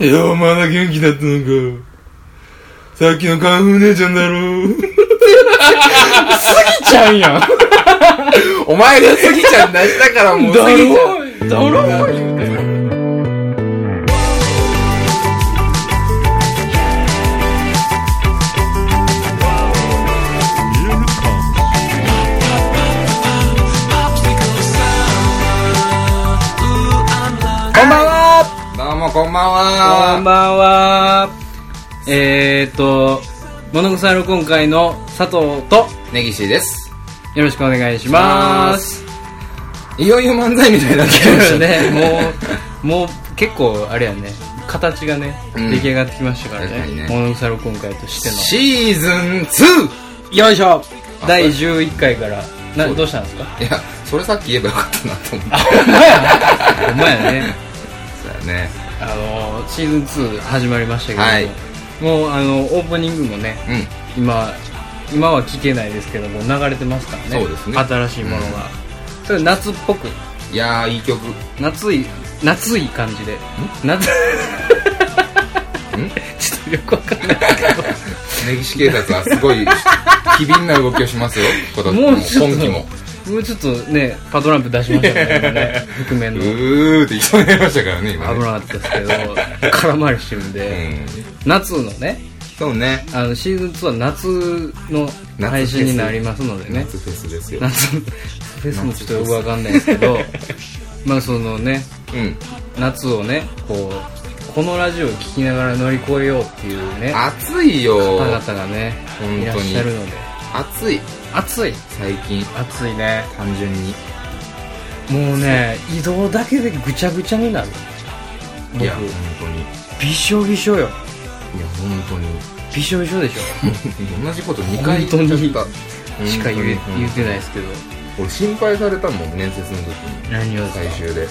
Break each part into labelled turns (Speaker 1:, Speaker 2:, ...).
Speaker 1: よう、まだ元気だったのか。さっきのカンフー姉ちゃんだろ。
Speaker 2: ぎちゃ んやん。だ
Speaker 1: お前がスギちゃん出したからもうスギちゃん。
Speaker 2: ろだろ言うて。こんばんは
Speaker 1: どうもこんばん
Speaker 2: こん
Speaker 1: は。
Speaker 2: ばんはえーと、モノグサ録音会の佐藤と、
Speaker 1: ネギシです。
Speaker 2: よろしくお願いします。
Speaker 1: いよいよ漫才みたいになってきましたね。
Speaker 2: ね、もう、もう結構あれやね、形がね、
Speaker 1: うん
Speaker 2: 出来上がってきましたから
Speaker 1: 確かにね
Speaker 2: ね、モノグサ録音会としての。
Speaker 1: シーズン 2!
Speaker 2: よいしょ第11回からなどうしたんですか
Speaker 1: いや、それさっき言えばよかったなと思って。
Speaker 2: ほんまやなほんまやね
Speaker 1: そうだね。
Speaker 2: あのーシーズン2始まりましたけども、
Speaker 1: はい
Speaker 2: もうあのオープニングもね
Speaker 1: う
Speaker 2: 今今は聞けないですけども流れてますからね
Speaker 1: そうですね
Speaker 2: 新しいものが、それ夏っぽく
Speaker 1: ん。いやー、いい曲。
Speaker 2: 夏い夏い感じで夏 ちょっとよくわかんない
Speaker 1: ネギシ警察はすごい、機敏な動きをしますよ。今年も。
Speaker 2: もうちょっと
Speaker 1: 今期も。
Speaker 2: もうちょっとねパトランプ出しましたからね今ね覆面
Speaker 1: う
Speaker 2: の危
Speaker 1: ーって言いそうになりましたからね、今ね。
Speaker 2: なかったですけど空回りしてるんで、
Speaker 1: うん。
Speaker 2: 夏のね
Speaker 1: そうね。
Speaker 2: あのシーズン2は夏の配信になりますのでね
Speaker 1: 夏フェスですよ。
Speaker 2: 夏フェスもちょっとよくわかんないですけどまあそのね
Speaker 1: うん。
Speaker 2: 夏をねこうこのラジオを聞きながら乗り越えようっていうね
Speaker 1: 暑いよ
Speaker 2: 方々がね
Speaker 1: 本当に
Speaker 2: いらっしゃるので
Speaker 1: 暑い。
Speaker 2: 暑い
Speaker 1: 最近、
Speaker 2: 暑いね
Speaker 1: 単純に。
Speaker 2: もうね移動だけでぐちゃぐちゃになる
Speaker 1: い
Speaker 2: 僕
Speaker 1: や、本当に。
Speaker 2: びしょびしょよ
Speaker 1: いや、本当に。
Speaker 2: びしょびしょでしょ
Speaker 1: 同じこと2回
Speaker 2: 本当
Speaker 1: 言っ
Speaker 2: に
Speaker 1: ちゃっ
Speaker 2: しか言え
Speaker 1: 本当に
Speaker 2: 言ってないですけど
Speaker 1: 俺心配されたもん面接の時に
Speaker 2: 何をですか
Speaker 1: 最終で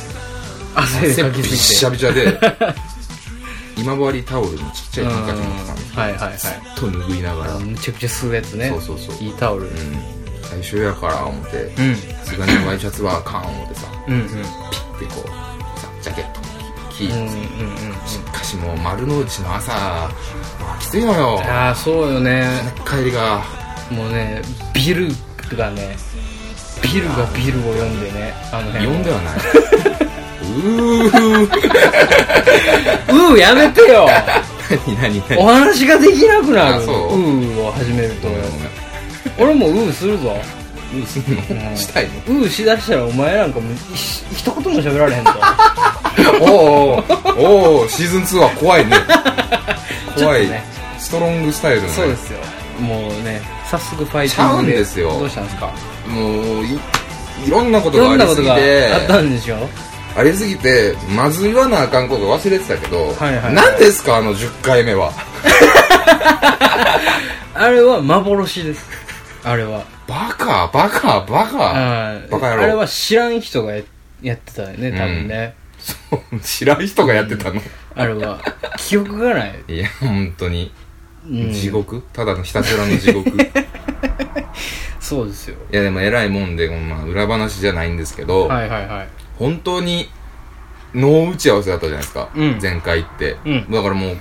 Speaker 2: 汗で
Speaker 1: 汗
Speaker 2: か
Speaker 1: びっ
Speaker 2: きす
Speaker 1: しゃ
Speaker 2: ぎて
Speaker 1: びしゃで 今治タオルにちっちゃいハンカチ持ってたんです
Speaker 2: はいはいはい
Speaker 1: と拭いながら、
Speaker 2: あ
Speaker 1: うん、
Speaker 2: むちゃくちゃ吸うやつね
Speaker 1: そうそうそう
Speaker 2: いいタオルうん
Speaker 1: 最終やから思って
Speaker 2: うん
Speaker 1: さすがにワイシャツはあかん思ってさ
Speaker 2: うん
Speaker 1: ピッてこうさジャケット着
Speaker 2: うんう
Speaker 1: 着
Speaker 2: んうん
Speaker 1: しかしもう丸の内の朝まあきついのよ
Speaker 2: ああそうよね
Speaker 1: 帰りが
Speaker 2: もうねビルがねビルがビルを読んでねあの辺
Speaker 1: 呼んで
Speaker 2: う
Speaker 1: はないうー
Speaker 2: ーやめて よ
Speaker 1: 何何何
Speaker 2: お話ができなくな
Speaker 1: あ
Speaker 2: る
Speaker 1: そう
Speaker 2: うーを始めると
Speaker 1: ごめんごめん
Speaker 2: 俺もうーするぞ
Speaker 1: うんすん
Speaker 2: う
Speaker 1: の
Speaker 2: ん
Speaker 1: したいの
Speaker 2: うーしだしたらお前なんかもう一一言も喋られへんと
Speaker 1: おうおうおうシーズン2は怖いね 怖
Speaker 2: ちょ
Speaker 1: い、
Speaker 2: っとね
Speaker 1: ストロングスタイルの、ね、
Speaker 2: そうですよもうね早速ファイテ
Speaker 1: ちゃ
Speaker 2: ィ
Speaker 1: う
Speaker 2: ン
Speaker 1: ん
Speaker 2: グで
Speaker 1: ですよ
Speaker 2: どうしたんですか
Speaker 1: もういいろんなこと
Speaker 2: い
Speaker 1: が
Speaker 2: ろ
Speaker 1: あ
Speaker 2: ん
Speaker 1: りす
Speaker 2: なこと
Speaker 1: ぎ
Speaker 2: があった
Speaker 1: て
Speaker 2: んでしょ
Speaker 1: ありすぎてまず言わなあかんこと忘れてたけど、
Speaker 2: はいはい
Speaker 1: 何ですかあの10回目は
Speaker 2: あれは幻ですあれは
Speaker 1: バカバカバカ、
Speaker 2: あ
Speaker 1: バカ野郎
Speaker 2: あれは知らん人がややってたよね多分ね、
Speaker 1: 知らん人がやってたの、
Speaker 2: あれは記憶がない、
Speaker 1: いや本当に、
Speaker 2: うん
Speaker 1: 地獄ただのひたすらの地 獄い
Speaker 2: そうですよ
Speaker 1: やでも偉いもんで、まあ、裏話じゃないんですけど、
Speaker 2: はいはいはい
Speaker 1: 本当に脳打ち合わせだったじゃないですか、
Speaker 2: うん
Speaker 1: 前回って、
Speaker 2: うん
Speaker 1: だからもう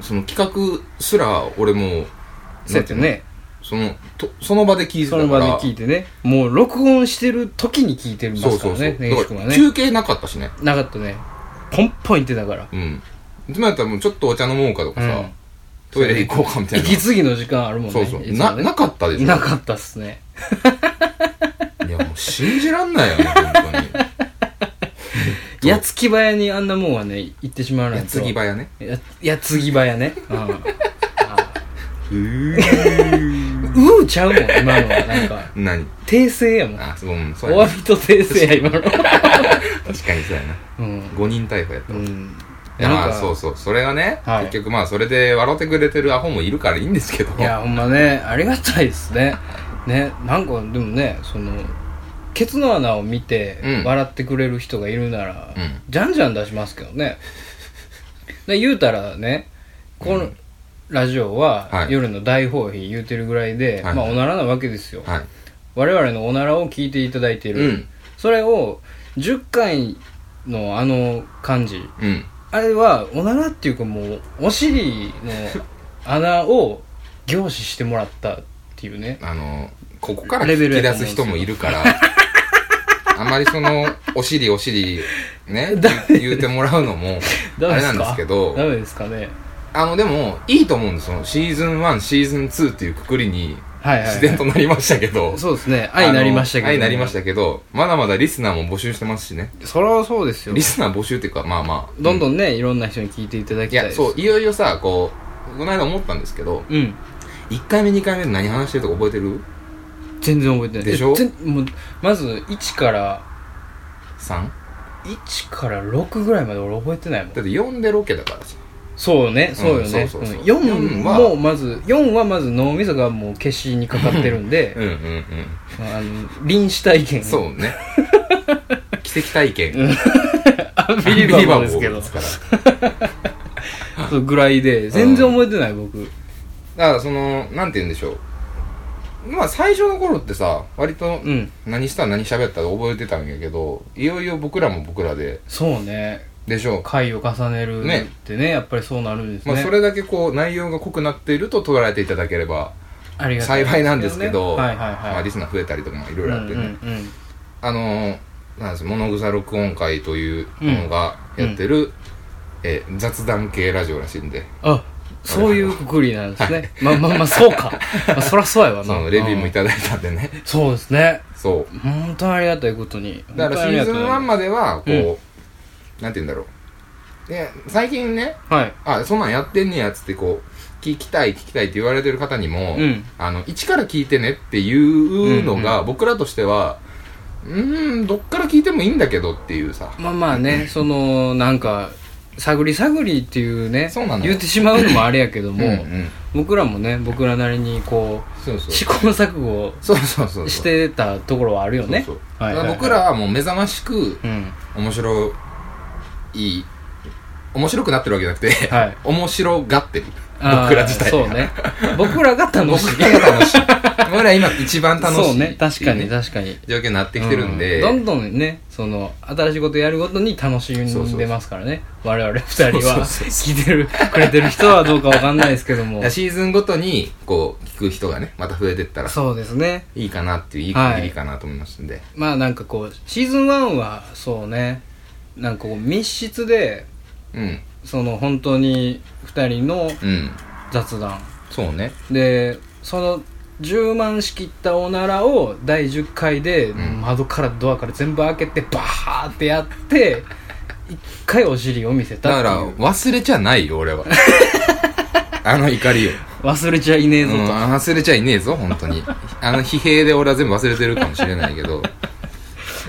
Speaker 1: その企画すら俺もう
Speaker 2: そうやってね
Speaker 1: そのとその場で聞いて
Speaker 2: そ
Speaker 1: た
Speaker 2: の
Speaker 1: か
Speaker 2: 場で
Speaker 1: ら
Speaker 2: 聞いてねもう録音してる時に聞いてます
Speaker 1: そう
Speaker 2: か
Speaker 1: そ
Speaker 2: ら
Speaker 1: うそう
Speaker 2: ね根
Speaker 1: だ
Speaker 2: 岸
Speaker 1: か
Speaker 2: 君は
Speaker 1: ら
Speaker 2: ね
Speaker 1: 休憩なかったしね
Speaker 2: なかったねポンポン言ってたから
Speaker 1: うん今やったらもうちょっとお茶飲もうかとかさ、
Speaker 2: うん
Speaker 1: トイレ行こうかみたいな
Speaker 2: 息継ぎの時間あるもんね
Speaker 1: そうそう、
Speaker 2: いつも
Speaker 1: な
Speaker 2: ね
Speaker 1: なかったでしょ
Speaker 2: なかったっすね
Speaker 1: いやもう信じらんないよね本当にそう
Speaker 2: 矢継ぎ早にあんなもんはね行ってしまわ ない
Speaker 1: や
Speaker 2: と
Speaker 1: つぎ早ね
Speaker 2: や矢継ぎ早ねうん
Speaker 1: うー
Speaker 2: うーちゃうもん今のはなんか
Speaker 1: 何
Speaker 2: 訂正やもん
Speaker 1: あそううんそう
Speaker 2: お
Speaker 1: や
Speaker 2: 詫びと訂正や今の
Speaker 1: な確かにそうやな
Speaker 2: うん
Speaker 1: 5人逮捕やった、
Speaker 2: うん
Speaker 1: いや
Speaker 2: なん
Speaker 1: まあ
Speaker 2: か
Speaker 1: そうそうそれがね、
Speaker 2: はい
Speaker 1: 結局まあそれで笑ってくれてるアホもいるからいいんですけど
Speaker 2: いやほんまねありがたいですねねなんかでもねそのケツの穴を見て
Speaker 1: うん
Speaker 2: 笑ってくれる人がいるなら、
Speaker 1: うん
Speaker 2: じゃんじゃん出しますけどねで言うたらねこのラジオは
Speaker 1: はい
Speaker 2: 夜の大放棄言うてるぐらいで、
Speaker 1: はい
Speaker 2: まあおならなわけですよ、
Speaker 1: はい
Speaker 2: 我々のおならを聞いていただいていうる、
Speaker 1: ん
Speaker 2: それを10回のあの感じ
Speaker 1: うん
Speaker 2: あれはおならっていうかもうお尻の穴を凝視してもらったっていうね
Speaker 1: あのここから
Speaker 2: レベ
Speaker 1: 聞
Speaker 2: ル
Speaker 1: き
Speaker 2: や
Speaker 1: 出
Speaker 2: と
Speaker 1: す
Speaker 2: 思うんですよ
Speaker 1: 人もいるから あまりそのお尻お尻 ね
Speaker 2: ダ
Speaker 1: 言う言うてもらうのも
Speaker 2: ダメ
Speaker 1: あれ
Speaker 2: です
Speaker 1: な
Speaker 2: か
Speaker 1: んですけど
Speaker 2: ダメですかね
Speaker 1: あのでもいいと思うんですそのシーズン1シーズン2っていうくくりに
Speaker 2: はいはい、
Speaker 1: 自然となりましたけど、
Speaker 2: そうですね愛になりましたけ
Speaker 1: あ
Speaker 2: ど
Speaker 1: の愛になりましたけどまだまだリスナーも募集してますしね
Speaker 2: それはそうですよ
Speaker 1: リスナー募集っていうかまあまあ
Speaker 2: どんど
Speaker 1: ん、
Speaker 2: んね、いろんな人に聞いていただ
Speaker 1: い
Speaker 2: きたい
Speaker 1: や
Speaker 2: です
Speaker 1: そういよいよさこうこの間思ったんですけど
Speaker 2: うん
Speaker 1: 1回目2回目で何話してるとか覚えてる
Speaker 2: 全然覚えてない
Speaker 1: でしょ
Speaker 2: え全もうまず1から
Speaker 1: ?3?
Speaker 2: 1から6ぐらいまで俺覚えてないもん
Speaker 1: だって4でロケだからさ
Speaker 2: そうねそうよね、
Speaker 1: そうそうそう
Speaker 2: うん
Speaker 1: 4
Speaker 2: 4
Speaker 1: は
Speaker 2: もまず4はまず脳みそがもう消しにかかってるん で
Speaker 1: うんうんうん
Speaker 2: あの臨死体験
Speaker 1: そう ね奇跡体験
Speaker 2: アン
Speaker 1: ビ
Speaker 2: ビ
Speaker 1: リ
Speaker 2: リ
Speaker 1: バ
Speaker 2: バ
Speaker 1: ボ
Speaker 2: ボー
Speaker 1: ー
Speaker 2: ですけど
Speaker 1: ですからだ
Speaker 2: そうぐらいで全然覚えてない僕
Speaker 1: からそのなんて言うんでしょうまあ最初の頃ってさ割と
Speaker 2: うん
Speaker 1: 何した何喋ったら覚えてたんやけどいよいよ僕らも僕らで
Speaker 2: そうね
Speaker 1: でしょう
Speaker 2: 回を重ねる
Speaker 1: ね
Speaker 2: ってねやっぱりそうなるんですね、
Speaker 1: まあ、それだけこう内容が濃くなっていると捉えていただければ
Speaker 2: ありがたい
Speaker 1: 幸いなんですけど、
Speaker 2: ねはいはいはい、
Speaker 1: まあ、リスナー増えたりとかもいろいろあってね、
Speaker 2: うんうんうん
Speaker 1: あのーなんです物草録音会というものがやってる、えー雑談系ラジオらしいんで、
Speaker 2: あそういうくくりなんですね。まあまあまあ、そうか。まあ、そらそうや わ
Speaker 1: そ
Speaker 2: な。
Speaker 1: のレビューもい
Speaker 2: た。
Speaker 1: ただいたんでね、
Speaker 2: そうですね。
Speaker 1: そ
Speaker 2: 本当にありがたいことに。
Speaker 1: うだからシーズン1
Speaker 2: 本
Speaker 1: まではこう、なんて言うんだろうで最近ね
Speaker 2: 当にありが
Speaker 1: あそんなんやってんねやつってこう聞きたい聞きたいって言われてる方にも、
Speaker 2: うん
Speaker 1: あの一から聞いてねっていうのが、僕らとしてはうーんどっから聞いてもいいんだけどっていうさ
Speaker 2: たい。はい。まあまあね、その、なんか、探り探りっていうね、
Speaker 1: そうなのよ
Speaker 2: 言ってしまうのもあれやけども、
Speaker 1: んん
Speaker 2: 僕らもね、僕らなりにこ
Speaker 1: そう
Speaker 2: う、
Speaker 1: そう
Speaker 2: 試行錯誤
Speaker 1: そうそうそう
Speaker 2: してたところはあるよね。
Speaker 1: そうそう
Speaker 2: はいはい
Speaker 1: だ
Speaker 2: はい
Speaker 1: から僕らはもう目覚ましく
Speaker 2: うん。
Speaker 1: 面白い面白くなってるわけじゃなくて、
Speaker 2: はい
Speaker 1: 面白がってる
Speaker 2: あー
Speaker 1: 僕ら自体が
Speaker 2: そうね。僕らが楽しい。
Speaker 1: 僕ら が楽 しい僕ら今一番楽しい
Speaker 2: そうね、確かに
Speaker 1: 状
Speaker 2: 確かに。
Speaker 1: 況になってきてるんで、
Speaker 2: うどんどんねその新しいことやるごとに楽しんでますからね我々二人は
Speaker 1: そうそう
Speaker 2: 聞いてるくれてる人はどうかわかんないですけども
Speaker 1: シーズンごとにこう聞く人がねまた増えてったら
Speaker 2: そうですね
Speaker 1: いいかなっていういい
Speaker 2: はい
Speaker 1: 区切りかなと思いますんで、
Speaker 2: まあなんかこうシーズン1はそうねなんかこう密室で
Speaker 1: うん
Speaker 2: その本当に二人の
Speaker 1: うん
Speaker 2: 雑談
Speaker 1: そうね
Speaker 2: でその10万しきったおならを第10回で
Speaker 1: ん
Speaker 2: 窓からドアから全部開けてバーってやって一回お尻を見せた
Speaker 1: だ
Speaker 2: ってい
Speaker 1: か
Speaker 2: う
Speaker 1: ら忘れちゃないよ俺 はあの怒りを、
Speaker 2: 忘れちゃいねえ
Speaker 1: う
Speaker 2: ぞ
Speaker 1: ん、
Speaker 2: と、
Speaker 1: 忘れちゃいねえぞ本当にあの疲弊で俺は全部忘れてるかもしれないけど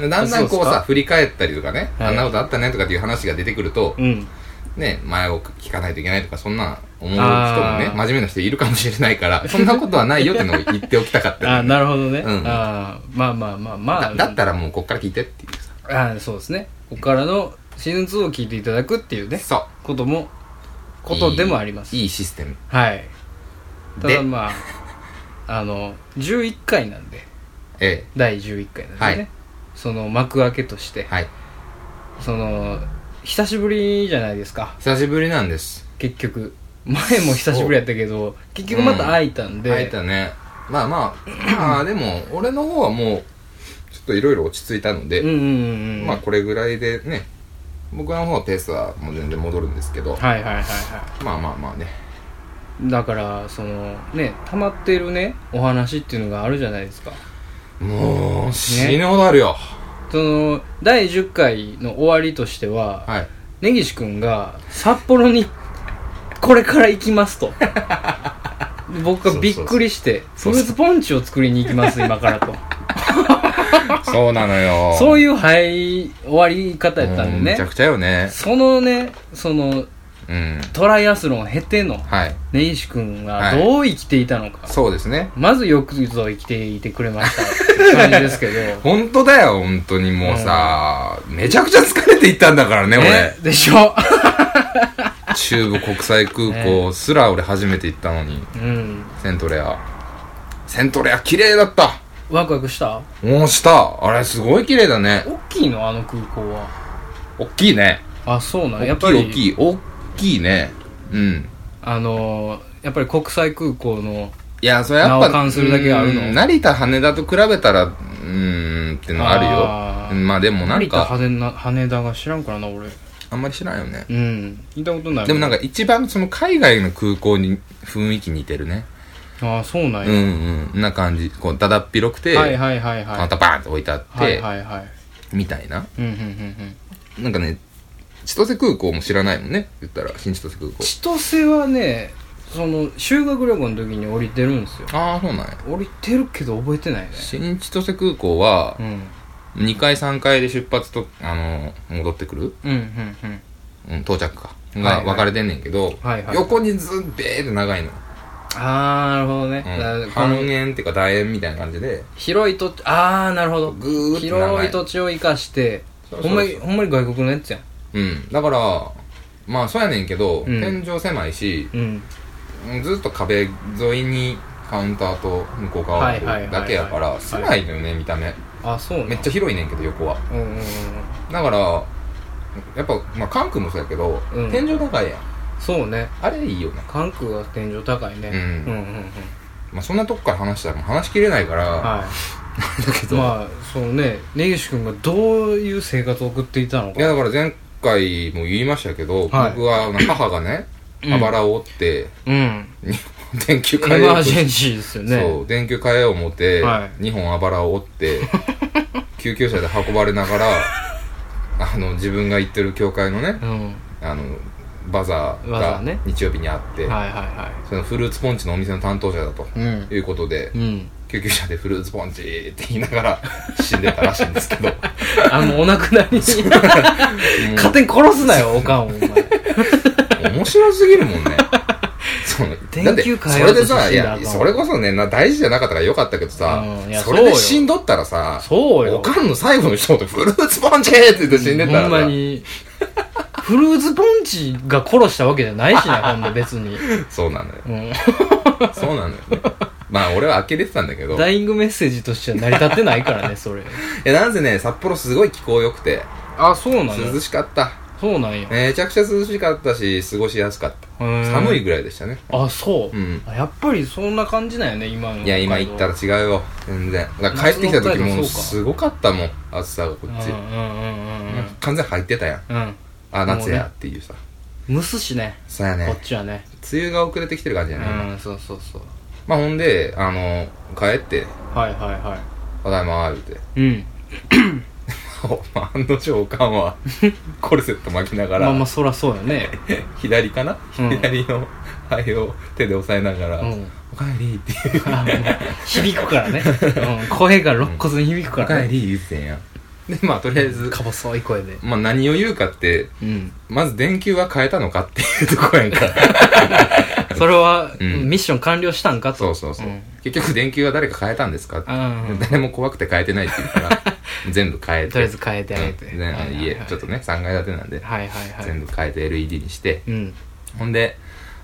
Speaker 1: だんだんこう
Speaker 2: そうっすか
Speaker 1: さ振り返ったりとかね、
Speaker 2: はい
Speaker 1: あんなことあったねとかっていう話が出てくると、
Speaker 2: うん
Speaker 1: ね前を聞かないといけないとかそんな思う人も
Speaker 2: あ
Speaker 1: ね
Speaker 2: ー
Speaker 1: 真面目な人いるかもしれないからそんなことはないよってのを言っておきたかった
Speaker 2: あなるほどね、
Speaker 1: うん
Speaker 2: あーまあまあまあまあ
Speaker 1: だだったらもうこっから聞いてっていうさ
Speaker 2: あーそうですねここからのシーズン2を聞いていただくっていうね
Speaker 1: そう
Speaker 2: こともことでもあります
Speaker 1: いいいいシステム
Speaker 2: はいた
Speaker 1: で
Speaker 2: だまああの11回なんで
Speaker 1: え
Speaker 2: 第11回なんでね、
Speaker 1: はい
Speaker 2: その幕開けとして、
Speaker 1: えはい
Speaker 2: その久しぶりじゃないですか
Speaker 1: 久しぶりなんです
Speaker 2: 結局前も久しぶりやったけど結局また会えたんで、
Speaker 1: 会えたねまあまあまあ でも俺の方はもうちょっといろいろ落ち着いたので、
Speaker 2: うんうんうんうん
Speaker 1: まあこれぐらいでね僕の方はペースはもう全然戻るんですけど、
Speaker 2: はいはいはいはい
Speaker 1: まあまあまあね
Speaker 2: だからそのね溜まってるねお話っていうのがあるじゃないですか
Speaker 1: もう死ぬほどあるよ、
Speaker 2: その第10回の終わりとしては、
Speaker 1: はい
Speaker 2: 根岸君が札幌にこれから行きま すとで僕がびっくりしてフ
Speaker 1: そうそうそう
Speaker 2: ルーツポンチを作りに行きます今か らと
Speaker 1: そうなのよ
Speaker 2: そういうはい終わり方やったん
Speaker 1: め
Speaker 2: で
Speaker 1: ちゃ
Speaker 2: ね
Speaker 1: くちゃよね
Speaker 2: そのねその
Speaker 1: うん
Speaker 2: トライアスロンを経ての
Speaker 1: はい
Speaker 2: 根岸君が
Speaker 1: はい
Speaker 2: どう生きていたのか、
Speaker 1: そうですね
Speaker 2: まずよくぞ生きていてくれましたって感じですけ ど
Speaker 1: 本当だよ本当にもうさ、めちゃくちゃ疲れていったんだからね俺
Speaker 2: ねでしょ
Speaker 1: 中部国際 空港すら俺初めて行ったのに、
Speaker 2: うん
Speaker 1: セントレアセントレア綺麗だった
Speaker 2: ワクワクした
Speaker 1: もうしたあれすごい綺麗だね
Speaker 2: 大きいのあの空港は
Speaker 1: おっきいね
Speaker 2: あそうなんや
Speaker 1: 大
Speaker 2: っ
Speaker 1: き
Speaker 2: ぱ
Speaker 1: い
Speaker 2: り
Speaker 1: 大きい大きいねうん
Speaker 2: あのーやっぱり国際空港の
Speaker 1: いやそれやっぱ
Speaker 2: 名を冠するだけあるの
Speaker 1: うん成田羽田と比べたらうーんってのあるよ
Speaker 2: あ
Speaker 1: う
Speaker 2: ー
Speaker 1: んまあでもなん
Speaker 2: 成田
Speaker 1: か
Speaker 2: 羽田な羽田が知らんからな俺
Speaker 1: あんまり知らんよね
Speaker 2: うん聞いたことない
Speaker 1: でもなんか一番その海外の空港に雰囲気似てるね
Speaker 2: ああそうなん
Speaker 1: う
Speaker 2: や、
Speaker 1: んうんな感じこうだだっ広くて
Speaker 2: はいはいはいはい
Speaker 1: またバーンって置いてあって、
Speaker 2: はいはいはい
Speaker 1: みたいな
Speaker 2: うんうんうんうん
Speaker 1: なんかね千歳空港も知らないもんね言ったら新千歳空港
Speaker 2: 千歳はねその修学旅行の時に降りてるんですよ
Speaker 1: ああそうなんや
Speaker 2: 降りてるけど覚えてないね
Speaker 1: 新千歳空港は
Speaker 2: う、ん
Speaker 1: 2回3回で出発と、あの戻ってくる、
Speaker 2: うんうんうん
Speaker 1: うん、到着か。
Speaker 2: はいは
Speaker 1: が
Speaker 2: い
Speaker 1: 分かれてんねんけど、
Speaker 2: はいはい
Speaker 1: 横にずんべーって長いの。
Speaker 2: ああなるほどね、だから
Speaker 1: うん、
Speaker 2: この
Speaker 1: 半円っていうか楕円みたいな感じで、
Speaker 2: 広い土地ああなるほど
Speaker 1: ぐーって長
Speaker 2: 広
Speaker 1: い。
Speaker 2: い土地を生かして
Speaker 1: そう
Speaker 2: ほ
Speaker 1: そうんそう
Speaker 2: まにほんまに外国のやつやん
Speaker 1: うん。だから、まあそうやねんけど、
Speaker 2: ん
Speaker 1: 天井狭いし、
Speaker 2: うん
Speaker 1: ずっと壁沿いにカウンターと向こう側
Speaker 2: はいはいはいはい
Speaker 1: だけやから、狭いのよね、見た目。
Speaker 2: あそうなん
Speaker 1: めっちゃ広いねんけど、横は。
Speaker 2: うんうんうんうん
Speaker 1: だから、やっぱ、まあ、関空もそうやけど、
Speaker 2: うん
Speaker 1: 天井高いやん。
Speaker 2: そうね
Speaker 1: あれいいよね。
Speaker 2: 関空は天井高いね、
Speaker 1: うん
Speaker 2: うんうんうん
Speaker 1: まあ、そんなとこから話したらもう話しきれないから、
Speaker 2: は
Speaker 1: だけ
Speaker 2: い
Speaker 1: ど、
Speaker 2: まあそうね根岸君がどういう生活を送っていたの
Speaker 1: いや、
Speaker 2: か
Speaker 1: だから前回も言いましたけど、
Speaker 2: はい
Speaker 1: 僕はあの母がね、
Speaker 2: うん
Speaker 1: あばらを折って、
Speaker 2: うん
Speaker 1: 日本電球
Speaker 2: エ
Speaker 1: 変えよう
Speaker 2: マ
Speaker 1: と
Speaker 2: ージ
Speaker 1: し
Speaker 2: ェ
Speaker 1: て、
Speaker 2: ンシーですよ
Speaker 1: そ
Speaker 2: ね
Speaker 1: う、電球変えよう思って、
Speaker 2: は
Speaker 1: 2本あばらを折 って、救急車で運ばれながら、あの、自分が行ってる教会のね、
Speaker 2: うん
Speaker 1: あの、バザー
Speaker 2: バザー
Speaker 1: が
Speaker 2: ね
Speaker 1: 日曜日にあって、
Speaker 2: はいはいは
Speaker 1: そのフルーツポンチのお店の担当者だと
Speaker 2: いうん
Speaker 1: いうことで、
Speaker 2: うん
Speaker 1: 救急車でフルーツポンチって言いながら死んでたらしいんですけど、
Speaker 2: あのお亡くなりに勝手に殺すなよおかんをお前
Speaker 1: 面白すぎるもんね。そ の
Speaker 2: 電
Speaker 1: だって
Speaker 2: 球変え
Speaker 1: そ
Speaker 2: よう
Speaker 1: れ
Speaker 2: と
Speaker 1: で
Speaker 2: して
Speaker 1: さ、い
Speaker 2: 死んだらあかん
Speaker 1: や、それこそね、な大事じゃなかったからよかったけどさ
Speaker 2: うんい、や
Speaker 1: それで
Speaker 2: そうよ
Speaker 1: 死んどったらさ、
Speaker 2: そうよ
Speaker 1: おかんの最後の一言、フルーツポンチって言って死んでた
Speaker 2: ほ
Speaker 1: ら
Speaker 2: んま
Speaker 1: さ、
Speaker 2: にフルーツポンチが殺したわけじゃないしなほんで別に、
Speaker 1: そうなのよ。
Speaker 2: うん、
Speaker 1: そうなのよ ね。まあ、俺は呆れてたんだけど、
Speaker 2: ダイイングメッセージとしては成り立ってないからねそれ
Speaker 1: えなんせね、札幌すごい気候良くて、
Speaker 2: あそうなの
Speaker 1: 涼しかった。
Speaker 2: そうなんや
Speaker 1: めちゃくちゃ涼しかったし、過ごしやすかった。寒いぐらいでしたね。
Speaker 2: あそう、
Speaker 1: うん
Speaker 2: あやっぱりそんな感じなんやね今の
Speaker 1: いや、今行ったら違うよ。全然。だから帰ってきた時もすごかったもん、暑さがこ
Speaker 2: うん
Speaker 1: っ
Speaker 2: う
Speaker 1: ち。
Speaker 2: んうんうん
Speaker 1: 完全入ってたやん。
Speaker 2: うんうん
Speaker 1: あ、夏やっていうさ。
Speaker 2: 蒸すしね
Speaker 1: そうや
Speaker 2: こ
Speaker 1: ね
Speaker 2: っ。ちはね
Speaker 1: 梅雨が遅れてきてる感じ
Speaker 2: う
Speaker 1: やね。
Speaker 2: んそうそうそう
Speaker 1: まあほんで、あの、帰って、
Speaker 2: はいはいは
Speaker 1: ただいまー言うて。
Speaker 2: いうん
Speaker 1: おまあ案の定おかん は、コルセット巻きなが
Speaker 2: まあまあ
Speaker 1: ら、
Speaker 2: そらそうやね
Speaker 1: 左かな
Speaker 2: うん
Speaker 1: 左の肺を手で押さえながら
Speaker 2: うん、
Speaker 1: おかえりっていう。
Speaker 2: あの響くからね、うん、声が肋骨に響
Speaker 1: お
Speaker 2: くから
Speaker 1: かえ
Speaker 2: ね
Speaker 1: り言うてんやん。で、まあとりあえず、
Speaker 2: か細い声で
Speaker 1: まあ何を言うかって、
Speaker 2: うん
Speaker 1: まず電球は変えたのかっていうとこやんか。
Speaker 2: それは、
Speaker 1: うん
Speaker 2: ミッション完了したんかと
Speaker 1: そうそうそう
Speaker 2: うん。
Speaker 1: 結局電球は誰か変えたんですかって
Speaker 2: あーうん
Speaker 1: 誰も怖くて変えてないって言う から、全部変えて。
Speaker 2: とりあえず変えてあげて、
Speaker 1: ねあの家ちょっとね3階建てなんで
Speaker 2: はいはいはい
Speaker 1: 全部変えて LED にして
Speaker 2: うん
Speaker 1: ほんで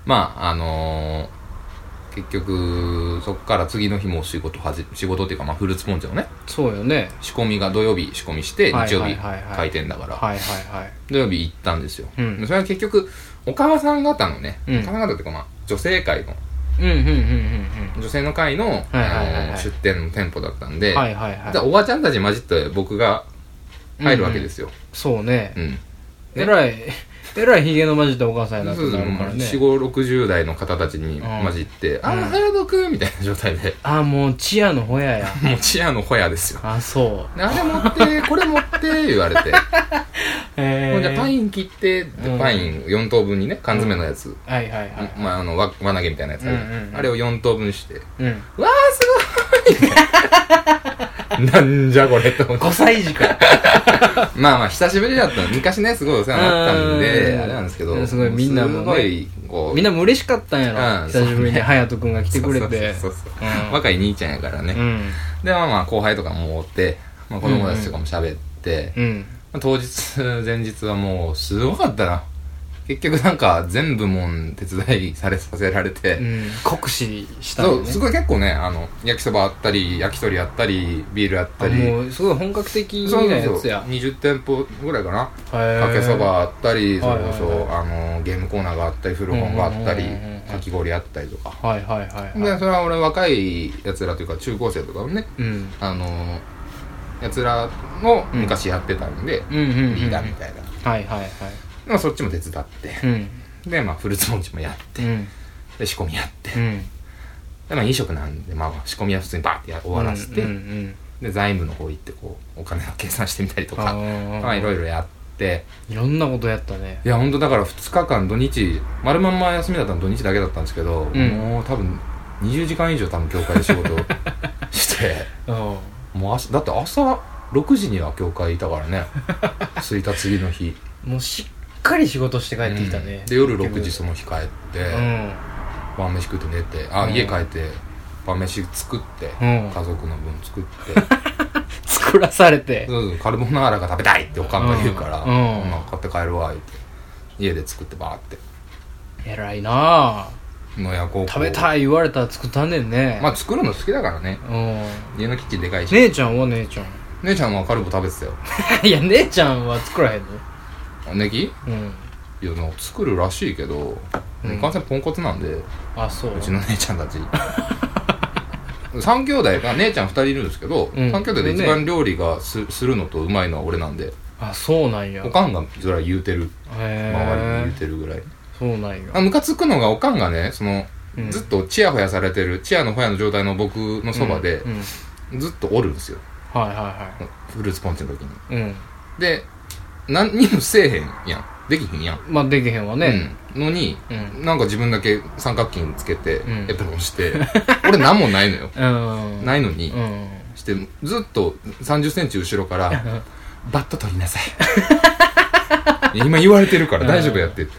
Speaker 1: まああのー結局そっから次の日も仕事はじ仕事っていうか、まあ、フルーツポンチのね
Speaker 2: そうよね
Speaker 1: 仕込みが土曜日仕込みして
Speaker 2: はい
Speaker 1: 日曜
Speaker 2: は
Speaker 1: 日
Speaker 2: いはいはい
Speaker 1: 開店だから
Speaker 2: はいはいはい
Speaker 1: 土曜日行ったんですよ、
Speaker 2: うん
Speaker 1: でそれは結局お母さん方のね、
Speaker 2: うん
Speaker 1: お母さん方っていうかまあ女性会の
Speaker 2: うんうんうんうん
Speaker 1: 女性の会の、
Speaker 2: いはいはいはい
Speaker 1: あのー出店の店舗だったん
Speaker 2: う
Speaker 1: で、
Speaker 2: んはいはい
Speaker 1: で
Speaker 2: はい
Speaker 1: おばちゃんたちに混じって僕が入るわけですよ、
Speaker 2: そうね
Speaker 1: うん
Speaker 2: えらいえらいひげの混じったお母さんやなって
Speaker 1: そうそ
Speaker 2: な
Speaker 1: う、
Speaker 2: るからね
Speaker 1: 4、5、60代の方たちに混じって、あー、原田くんみたいな状態 で、
Speaker 2: あもうチアのホヤや
Speaker 1: もうチアのホヤですよ。
Speaker 2: あそ
Speaker 1: であれ持って、 これ持って、言わ れて。
Speaker 2: うへ
Speaker 1: ほんじゃ、パ
Speaker 2: ン
Speaker 1: イン切って、
Speaker 2: うん
Speaker 1: パイン4等分にね、缶詰のやつ、
Speaker 2: はいはいはい
Speaker 1: まあ、あの、わ輪投げみたいなやつあるじゃん
Speaker 2: うんうんうん
Speaker 1: あれを4等分して、
Speaker 2: うん
Speaker 1: わー、すごいなんじゃ これと思って
Speaker 2: 5歳児か
Speaker 1: まあまあ、久しぶりだったの。昔ね、すごいお世話になったん
Speaker 2: う
Speaker 1: で、
Speaker 2: ん
Speaker 1: あれなんですけ
Speaker 2: うん
Speaker 1: ど、
Speaker 2: すごいみんなもね
Speaker 1: すごい、こう、
Speaker 2: みんなも嬉しかったんや
Speaker 1: う
Speaker 2: ろ
Speaker 1: ん
Speaker 2: 久しぶりに隼人君が来てくれて
Speaker 1: そうそうそうそう
Speaker 2: うん
Speaker 1: 若い兄ちゃんやからね。
Speaker 2: うん
Speaker 1: で、まあまあ、後輩とかもおって、まあ、子供たちとかも喋って、
Speaker 2: うん
Speaker 1: まあ当日、前日はもう、すごかったな。結局なんか全部もん手伝いされさせられて、
Speaker 2: うん、酷使した
Speaker 1: そ
Speaker 2: の
Speaker 1: う
Speaker 2: ね
Speaker 1: すごい結構ねあの焼きそばあったり焼き鳥あったりビールあった
Speaker 2: あ
Speaker 1: り
Speaker 2: もうすごい本格的な
Speaker 1: そう
Speaker 2: や
Speaker 1: そう
Speaker 2: つ
Speaker 1: そう
Speaker 2: や
Speaker 1: 20店舗ぐらいかな
Speaker 2: か
Speaker 1: かけそばあったりそれこ
Speaker 2: はいはい
Speaker 1: そあのゲームコーナーがあったり古本があったり
Speaker 2: うんうんうんうん
Speaker 1: かき氷あったりとか
Speaker 2: はいはいはいは
Speaker 1: で
Speaker 2: い
Speaker 1: それは俺若いやつらというか中高生とかのね
Speaker 2: うん
Speaker 1: あのやつらの昔やってたんで
Speaker 2: うんうんうん
Speaker 1: リーダーみたいな
Speaker 2: はいはいはい
Speaker 1: でもそっちも手伝って
Speaker 2: うん
Speaker 1: でまあフルーツポンチもやっ
Speaker 2: う
Speaker 1: て
Speaker 2: ん
Speaker 1: で仕込みやって
Speaker 2: うん
Speaker 1: でまあ飲食なんでまあ仕込みは普通にバーってや終わらせて
Speaker 2: うんうん
Speaker 1: で財務の方行ってこうお金の計算してみたりと
Speaker 2: うん、あ
Speaker 1: か
Speaker 2: ー
Speaker 1: まあいろいろやって
Speaker 2: いろんなことやったね
Speaker 1: いや本当だから2日間土日丸まんま休みだったの土日だけだったんですけど、
Speaker 2: ん
Speaker 1: もう多分20時間以上多分教会で仕 事して
Speaker 2: うん
Speaker 1: もう朝だって朝6時には教会いたから ね着いた次の日
Speaker 2: もうしっかり仕事して帰ってきたね、
Speaker 1: うんで夜6時その日帰って、
Speaker 2: うん
Speaker 1: 晩飯食って寝てあ、
Speaker 2: うん
Speaker 1: 家帰って晩飯作って、
Speaker 2: うん
Speaker 1: 家族の分作って
Speaker 2: 作らされて
Speaker 1: そうそうカルボナーラが食べたいっておかんが言うから、
Speaker 2: うんうん
Speaker 1: まあ買って帰るわ言って家で作ってバーって
Speaker 2: 偉いなあ
Speaker 1: 野夜高校
Speaker 2: 食べたい言われたら作ったんねんね、
Speaker 1: まあ作るの好きだからね
Speaker 2: うん
Speaker 1: 家のキッチンでかいし、
Speaker 2: 姉ちゃんは姉ちゃん
Speaker 1: 姉ちゃんはカルボ食べてたよ
Speaker 2: いや姉ちゃんは作らへんの
Speaker 1: ネギ
Speaker 2: うん
Speaker 1: いやなんか作るらしいけど、
Speaker 2: うん
Speaker 1: いかんせんポンコツなんでう
Speaker 2: あそう
Speaker 1: ちの姉ちゃんたち 三兄弟が姉ちゃん二人いるんですけど、
Speaker 2: うん
Speaker 1: 三兄弟で一番料理がす,、するのとうまいのは俺なんで
Speaker 2: あそうなんや
Speaker 1: おかんがそれは言うてる周りに
Speaker 2: へ
Speaker 1: 言う
Speaker 2: え
Speaker 1: てるぐらい
Speaker 2: そうなんや
Speaker 1: あムカつくのがおかんがねその、
Speaker 2: うん
Speaker 1: ずっとチヤホヤされてるチヤのホヤの状態の僕のそばで
Speaker 2: う、んうん
Speaker 1: ずっとおるんですよ
Speaker 2: はいは
Speaker 1: フルーツポンチの時に
Speaker 2: いはいうん
Speaker 1: で何にもせえへんやんできひんやん
Speaker 2: まあできへんわね
Speaker 1: うん、のに、
Speaker 2: う
Speaker 1: なんか自分だけ三角巾つけて、
Speaker 2: うん
Speaker 1: エプロンして俺何もないのよ
Speaker 2: うん
Speaker 1: ないのに、
Speaker 2: うん
Speaker 1: してずっと3 0ンチ後ろから「バット取りなさい」い や今言われてるから大丈夫やってって、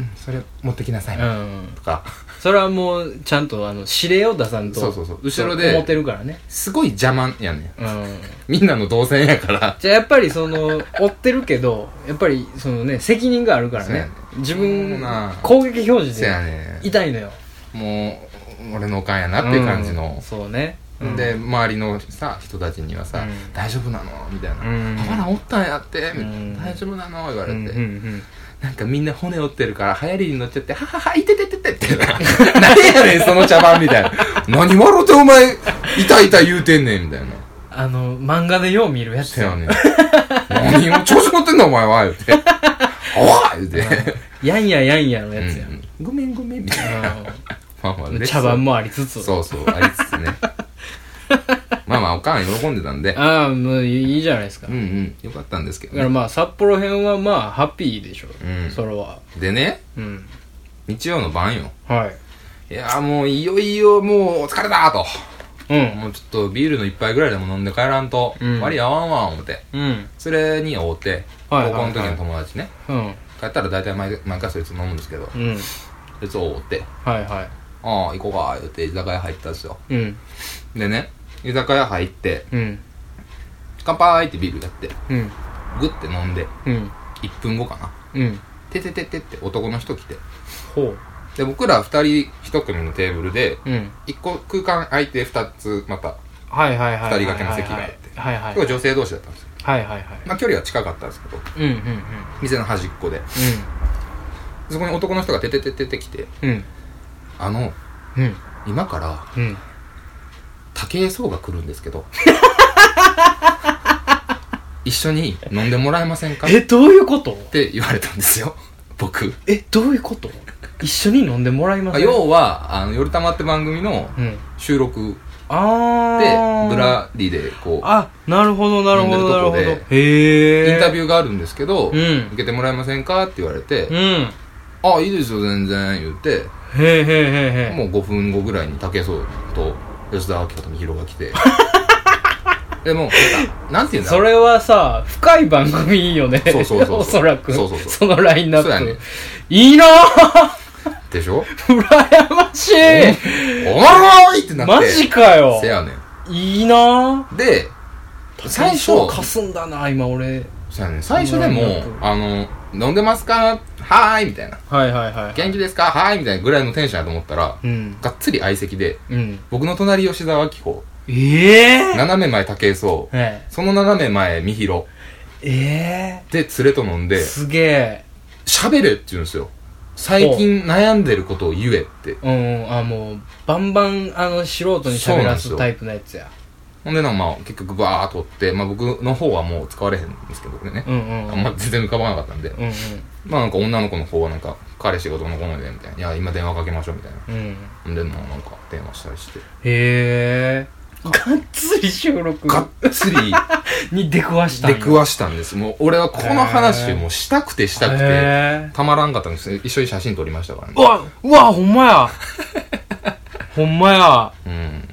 Speaker 1: うん、それ持ってきなさい、
Speaker 2: うん
Speaker 1: とか
Speaker 2: それはもうちゃんとあの指令を出さんと
Speaker 1: そうそうそう後ろで
Speaker 2: 思ってるからね
Speaker 1: すごい邪魔やねん
Speaker 2: うん
Speaker 1: みんなの動線やから
Speaker 2: じゃあやっぱりその 追ってるけどやっぱりそのね責任があるから
Speaker 1: そうや
Speaker 2: ね
Speaker 1: ね
Speaker 2: 自
Speaker 1: そ
Speaker 2: 分
Speaker 1: うなん
Speaker 2: 攻撃表示
Speaker 1: せや
Speaker 2: で
Speaker 1: ねん
Speaker 2: 痛いのよ
Speaker 1: もう俺のおかんやなっていう感じ
Speaker 2: うん
Speaker 1: の、
Speaker 2: そうねうん
Speaker 1: で周りのさ人たちにはさ「
Speaker 2: うん
Speaker 1: 大丈夫なの?」みたいな「
Speaker 2: うん
Speaker 1: ほら折ったんやって」みたいな
Speaker 2: うん
Speaker 1: 大丈夫なの?」言わ
Speaker 2: う
Speaker 1: れ
Speaker 2: んうん
Speaker 1: て、
Speaker 2: うん
Speaker 1: なんかみんな骨折ってるから流行りに乗っちゃって「ははは、いてててて」って な「何やねんその茶番」みたいな「何笑ってお前痛い痛い言うてんねん」みたいな
Speaker 2: あの漫画でよう見る
Speaker 1: 「
Speaker 2: やつ
Speaker 1: せやねん何を調子乗ってんだお前は」言うて「おわ!」言うて
Speaker 2: やんややんや
Speaker 1: 「
Speaker 2: の
Speaker 1: う
Speaker 2: やつや
Speaker 1: んごめんごめん」みたいな まあまあ
Speaker 2: うん
Speaker 1: 嬉しそ
Speaker 2: 茶
Speaker 1: う
Speaker 2: 番もありつつ
Speaker 1: そうそうありつつね まあまあおかん喜んでたんで
Speaker 2: ああもういいじゃないですか
Speaker 1: うんうんよかったんですけど
Speaker 2: だから
Speaker 1: ね
Speaker 2: まあ札幌編はまあハッピーでしょ、
Speaker 1: うん
Speaker 2: それは
Speaker 1: でね
Speaker 2: うん
Speaker 1: 日曜の晩よ
Speaker 2: はい
Speaker 1: いやーもういよいよもうお疲れだと
Speaker 2: うん
Speaker 1: もうちょっとビールの一杯ぐらいでも飲んで帰らんと、
Speaker 2: うん
Speaker 1: 割合合わんわ思って
Speaker 2: うん
Speaker 1: それに会うて高
Speaker 2: はいはい
Speaker 1: 校の時の友達ね
Speaker 2: うん
Speaker 1: 帰ったら大体毎毎回そいつ飲むんですけど
Speaker 2: うん
Speaker 1: そいつ会うて
Speaker 2: はいは
Speaker 1: ああ行こうか言って居酒屋入ったんですよ
Speaker 2: いうん
Speaker 1: でね居酒屋入って
Speaker 2: うん
Speaker 1: 乾杯ってビールやって
Speaker 2: うん
Speaker 1: グッて飲んで
Speaker 2: うん
Speaker 1: 1分後かな
Speaker 2: うん
Speaker 1: ててててって男の人来て
Speaker 2: ほ
Speaker 1: で僕ら2人1組のテーブルで
Speaker 2: ううん
Speaker 1: 1個空間空いて2つまた
Speaker 2: はいはいはい
Speaker 1: 二人掛けの席があって
Speaker 2: はいはい
Speaker 1: 今日女性同士だったんですよ
Speaker 2: はいはいはい
Speaker 1: まあ距離は近かったんですけど
Speaker 2: うんうんうん
Speaker 1: 店の端っこでそこに男の人がててててて来て
Speaker 2: うんうん
Speaker 1: あの
Speaker 2: うん
Speaker 1: 今から
Speaker 2: うん
Speaker 1: 武井壮が来るんですけ ど一緒に飲んでもらえませんかっ
Speaker 2: えどういうこと
Speaker 1: て言われたんですよ僕
Speaker 2: えどういうこと一緒に飲んでもらいま
Speaker 1: まあ
Speaker 2: せん
Speaker 1: 要は「あの夜たま」って番組の
Speaker 2: うん
Speaker 1: 収録
Speaker 2: あ
Speaker 1: で
Speaker 2: あ
Speaker 1: ぶらりでこう
Speaker 2: あなるほどなるほどなるほど
Speaker 1: 飲んでると
Speaker 2: へえ
Speaker 1: インタビ
Speaker 2: ュ
Speaker 1: ューがあるんですけど、
Speaker 2: うん
Speaker 1: 受けてもらえませんかって言われて、
Speaker 2: うん
Speaker 1: あ、いいですよ、全然、言って、
Speaker 2: へえへえへえへえ
Speaker 1: もう5分後ぐらいに竹荘と吉田明子とみひろが来て、 でもう、なんかなんて言うんだ
Speaker 2: それはさ深い番組いいよね
Speaker 1: そうそうそうそう
Speaker 2: おそらく
Speaker 1: そうそうそう
Speaker 2: のラインナップ
Speaker 1: そうやね
Speaker 2: いいなあ
Speaker 1: でしょ
Speaker 2: 羨ましい
Speaker 1: おもろいってなって。
Speaker 2: マジかよ
Speaker 1: せやね
Speaker 2: いいなあ
Speaker 1: ん。で、最初
Speaker 2: かすんだな今俺
Speaker 1: そうやねん最初でも
Speaker 2: う、ん
Speaker 1: あの、飲んでますかはーいみたいな。
Speaker 2: はいはいはい
Speaker 1: 元気ですかはーいみたいなぐらいのテンションやと思ったら、
Speaker 2: うん
Speaker 1: がっつり相席で、
Speaker 2: うん
Speaker 1: 僕の隣吉沢明子、
Speaker 2: ええ
Speaker 1: 斜め前武井壮、
Speaker 2: え
Speaker 1: その斜め前三広
Speaker 2: え
Speaker 1: で連れと飲ん
Speaker 2: え
Speaker 1: で、
Speaker 2: すげえ
Speaker 1: 喋れって言うんですよ。最近悩んでることを言えって。
Speaker 2: うんあもうバンバンあの素人に喋らすタイプのやつや
Speaker 1: ほんでなんかまあ結局バーっとおって、まあ僕の方はもう使われへんんですけどね
Speaker 2: う。んうん
Speaker 1: あ
Speaker 2: うんん
Speaker 1: ま全然浮かばなかったんで。
Speaker 2: うん
Speaker 1: まあなんか女の子の方はなんか、彼氏がどうのこうのでみたいな。いや、今電話かけましょうみたいな。
Speaker 2: うん
Speaker 1: ほんでもうなんか電話したりして。
Speaker 2: へえがっつり収録
Speaker 1: がっつり
Speaker 2: に出くわしたん
Speaker 1: 出
Speaker 2: や
Speaker 1: くわしたんです。もう俺はこの話をもうしたくてしたくて、
Speaker 2: へえ
Speaker 1: たまらんかったんです。一緒に写真撮りましたからね
Speaker 2: う。わうわほんまやほんまや
Speaker 1: うん。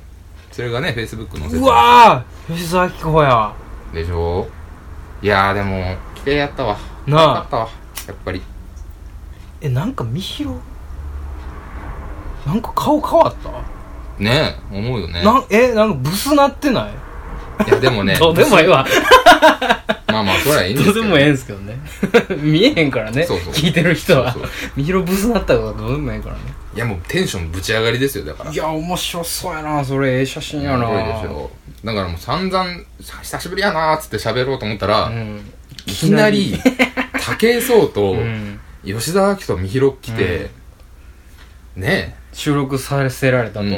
Speaker 1: それがね、Facebook 載せ
Speaker 2: う
Speaker 1: た
Speaker 2: わー吉沢紀子や
Speaker 1: でしょいやーでも、綺麗やったわ。
Speaker 2: なあ
Speaker 1: よかったわ。やっぱり。
Speaker 2: えなんか見ひろなんか顔変わった
Speaker 1: ねえ、思うよね。
Speaker 2: なんえなんかブスなってない
Speaker 1: いやでもね、
Speaker 2: どうでもええわ
Speaker 1: まあまあ、それはいいんです
Speaker 2: ど
Speaker 1: け
Speaker 2: う
Speaker 1: ど。
Speaker 2: でもええんすけどね 見えへんからね
Speaker 1: そうそう
Speaker 2: 聞いてる人は
Speaker 1: そうそう
Speaker 2: みひろブスなったことはどうでもええからね
Speaker 1: いやもうテンションぶち上がりですよ、だから。
Speaker 2: いや面白そうやなそれええ写真やな
Speaker 1: すごいでしょ。だからもう散々、久しぶりやなーっつって喋ろうと思ったら、
Speaker 2: うん
Speaker 1: いきなり、武井壮と、
Speaker 2: うん
Speaker 1: 吉田明と三広来て、ね
Speaker 2: 収録させられ
Speaker 1: え、
Speaker 2: た
Speaker 1: う
Speaker 2: と、
Speaker 1: ん、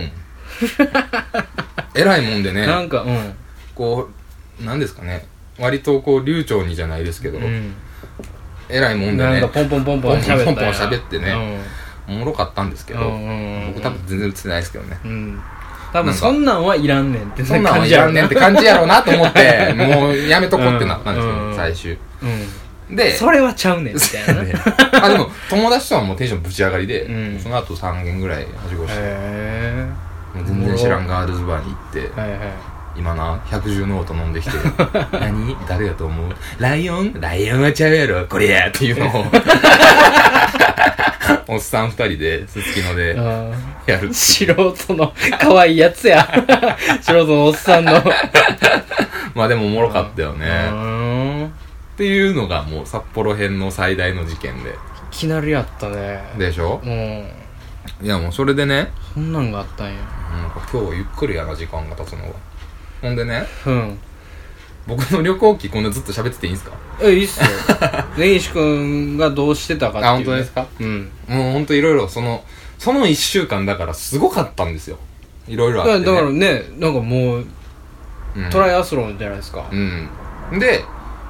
Speaker 1: えらいもんで
Speaker 2: な
Speaker 1: ね
Speaker 2: んかう
Speaker 1: こうなんですかね割とこう流暢にじゃないですけど、
Speaker 2: ん、うん
Speaker 1: えらいもんで
Speaker 2: なんか
Speaker 1: ね
Speaker 2: ポンポンポンポン喋った
Speaker 1: ポンポンポン喋ってね
Speaker 2: ね
Speaker 1: おもろかったんですけ
Speaker 2: うん
Speaker 1: ど、
Speaker 2: うんうんうん
Speaker 1: 僕多分全然映ってないですけどね
Speaker 2: うん多分そんなんはいらんねんって
Speaker 1: そんなんはいらんねんって感じやろうなと思ってもうやめとこってなったんですよ、
Speaker 2: うんうん
Speaker 1: 最終
Speaker 2: う
Speaker 1: で
Speaker 2: んそれはちゃうねんみたいなへ
Speaker 1: あでも友達とはもうテンションぶち上がりで、
Speaker 2: うん
Speaker 1: その後3軒ぐらいはしごして、
Speaker 2: え
Speaker 1: もう全然知らんガールズバーに行って、
Speaker 2: はいはい
Speaker 1: 今な百獣ノート飲んでき て何誰だと思うライオンライオンはちゃうやろこれやっていうの をおっさん二人ですすきので
Speaker 2: あ
Speaker 1: やる
Speaker 2: ー素人の可愛いや つや素人のおっさんの
Speaker 1: まあでもおもろかったよ
Speaker 2: う
Speaker 1: ね
Speaker 2: ーんい
Speaker 1: っていうのがもう札幌編の最大の事件で
Speaker 2: きなりやったね
Speaker 1: でしょ
Speaker 2: うん
Speaker 1: いやもうそれでね
Speaker 2: そんなんがあったんや
Speaker 1: なんか今日ゆっくりやな時間が経つのがほんでね
Speaker 2: うん
Speaker 1: 僕の旅行記こんなずっと喋ってていいんすか
Speaker 2: えい いっすよ根岸君がどうしてたかっていう、ね、
Speaker 1: あ本当ですか
Speaker 2: うん
Speaker 1: もうほんといろいろそのその1週間だからすごかったんですよいろいろあ
Speaker 2: だ
Speaker 1: って、ね、
Speaker 2: からねなんかもう
Speaker 1: うん
Speaker 2: トライアスロンじゃないですか
Speaker 1: うん。で、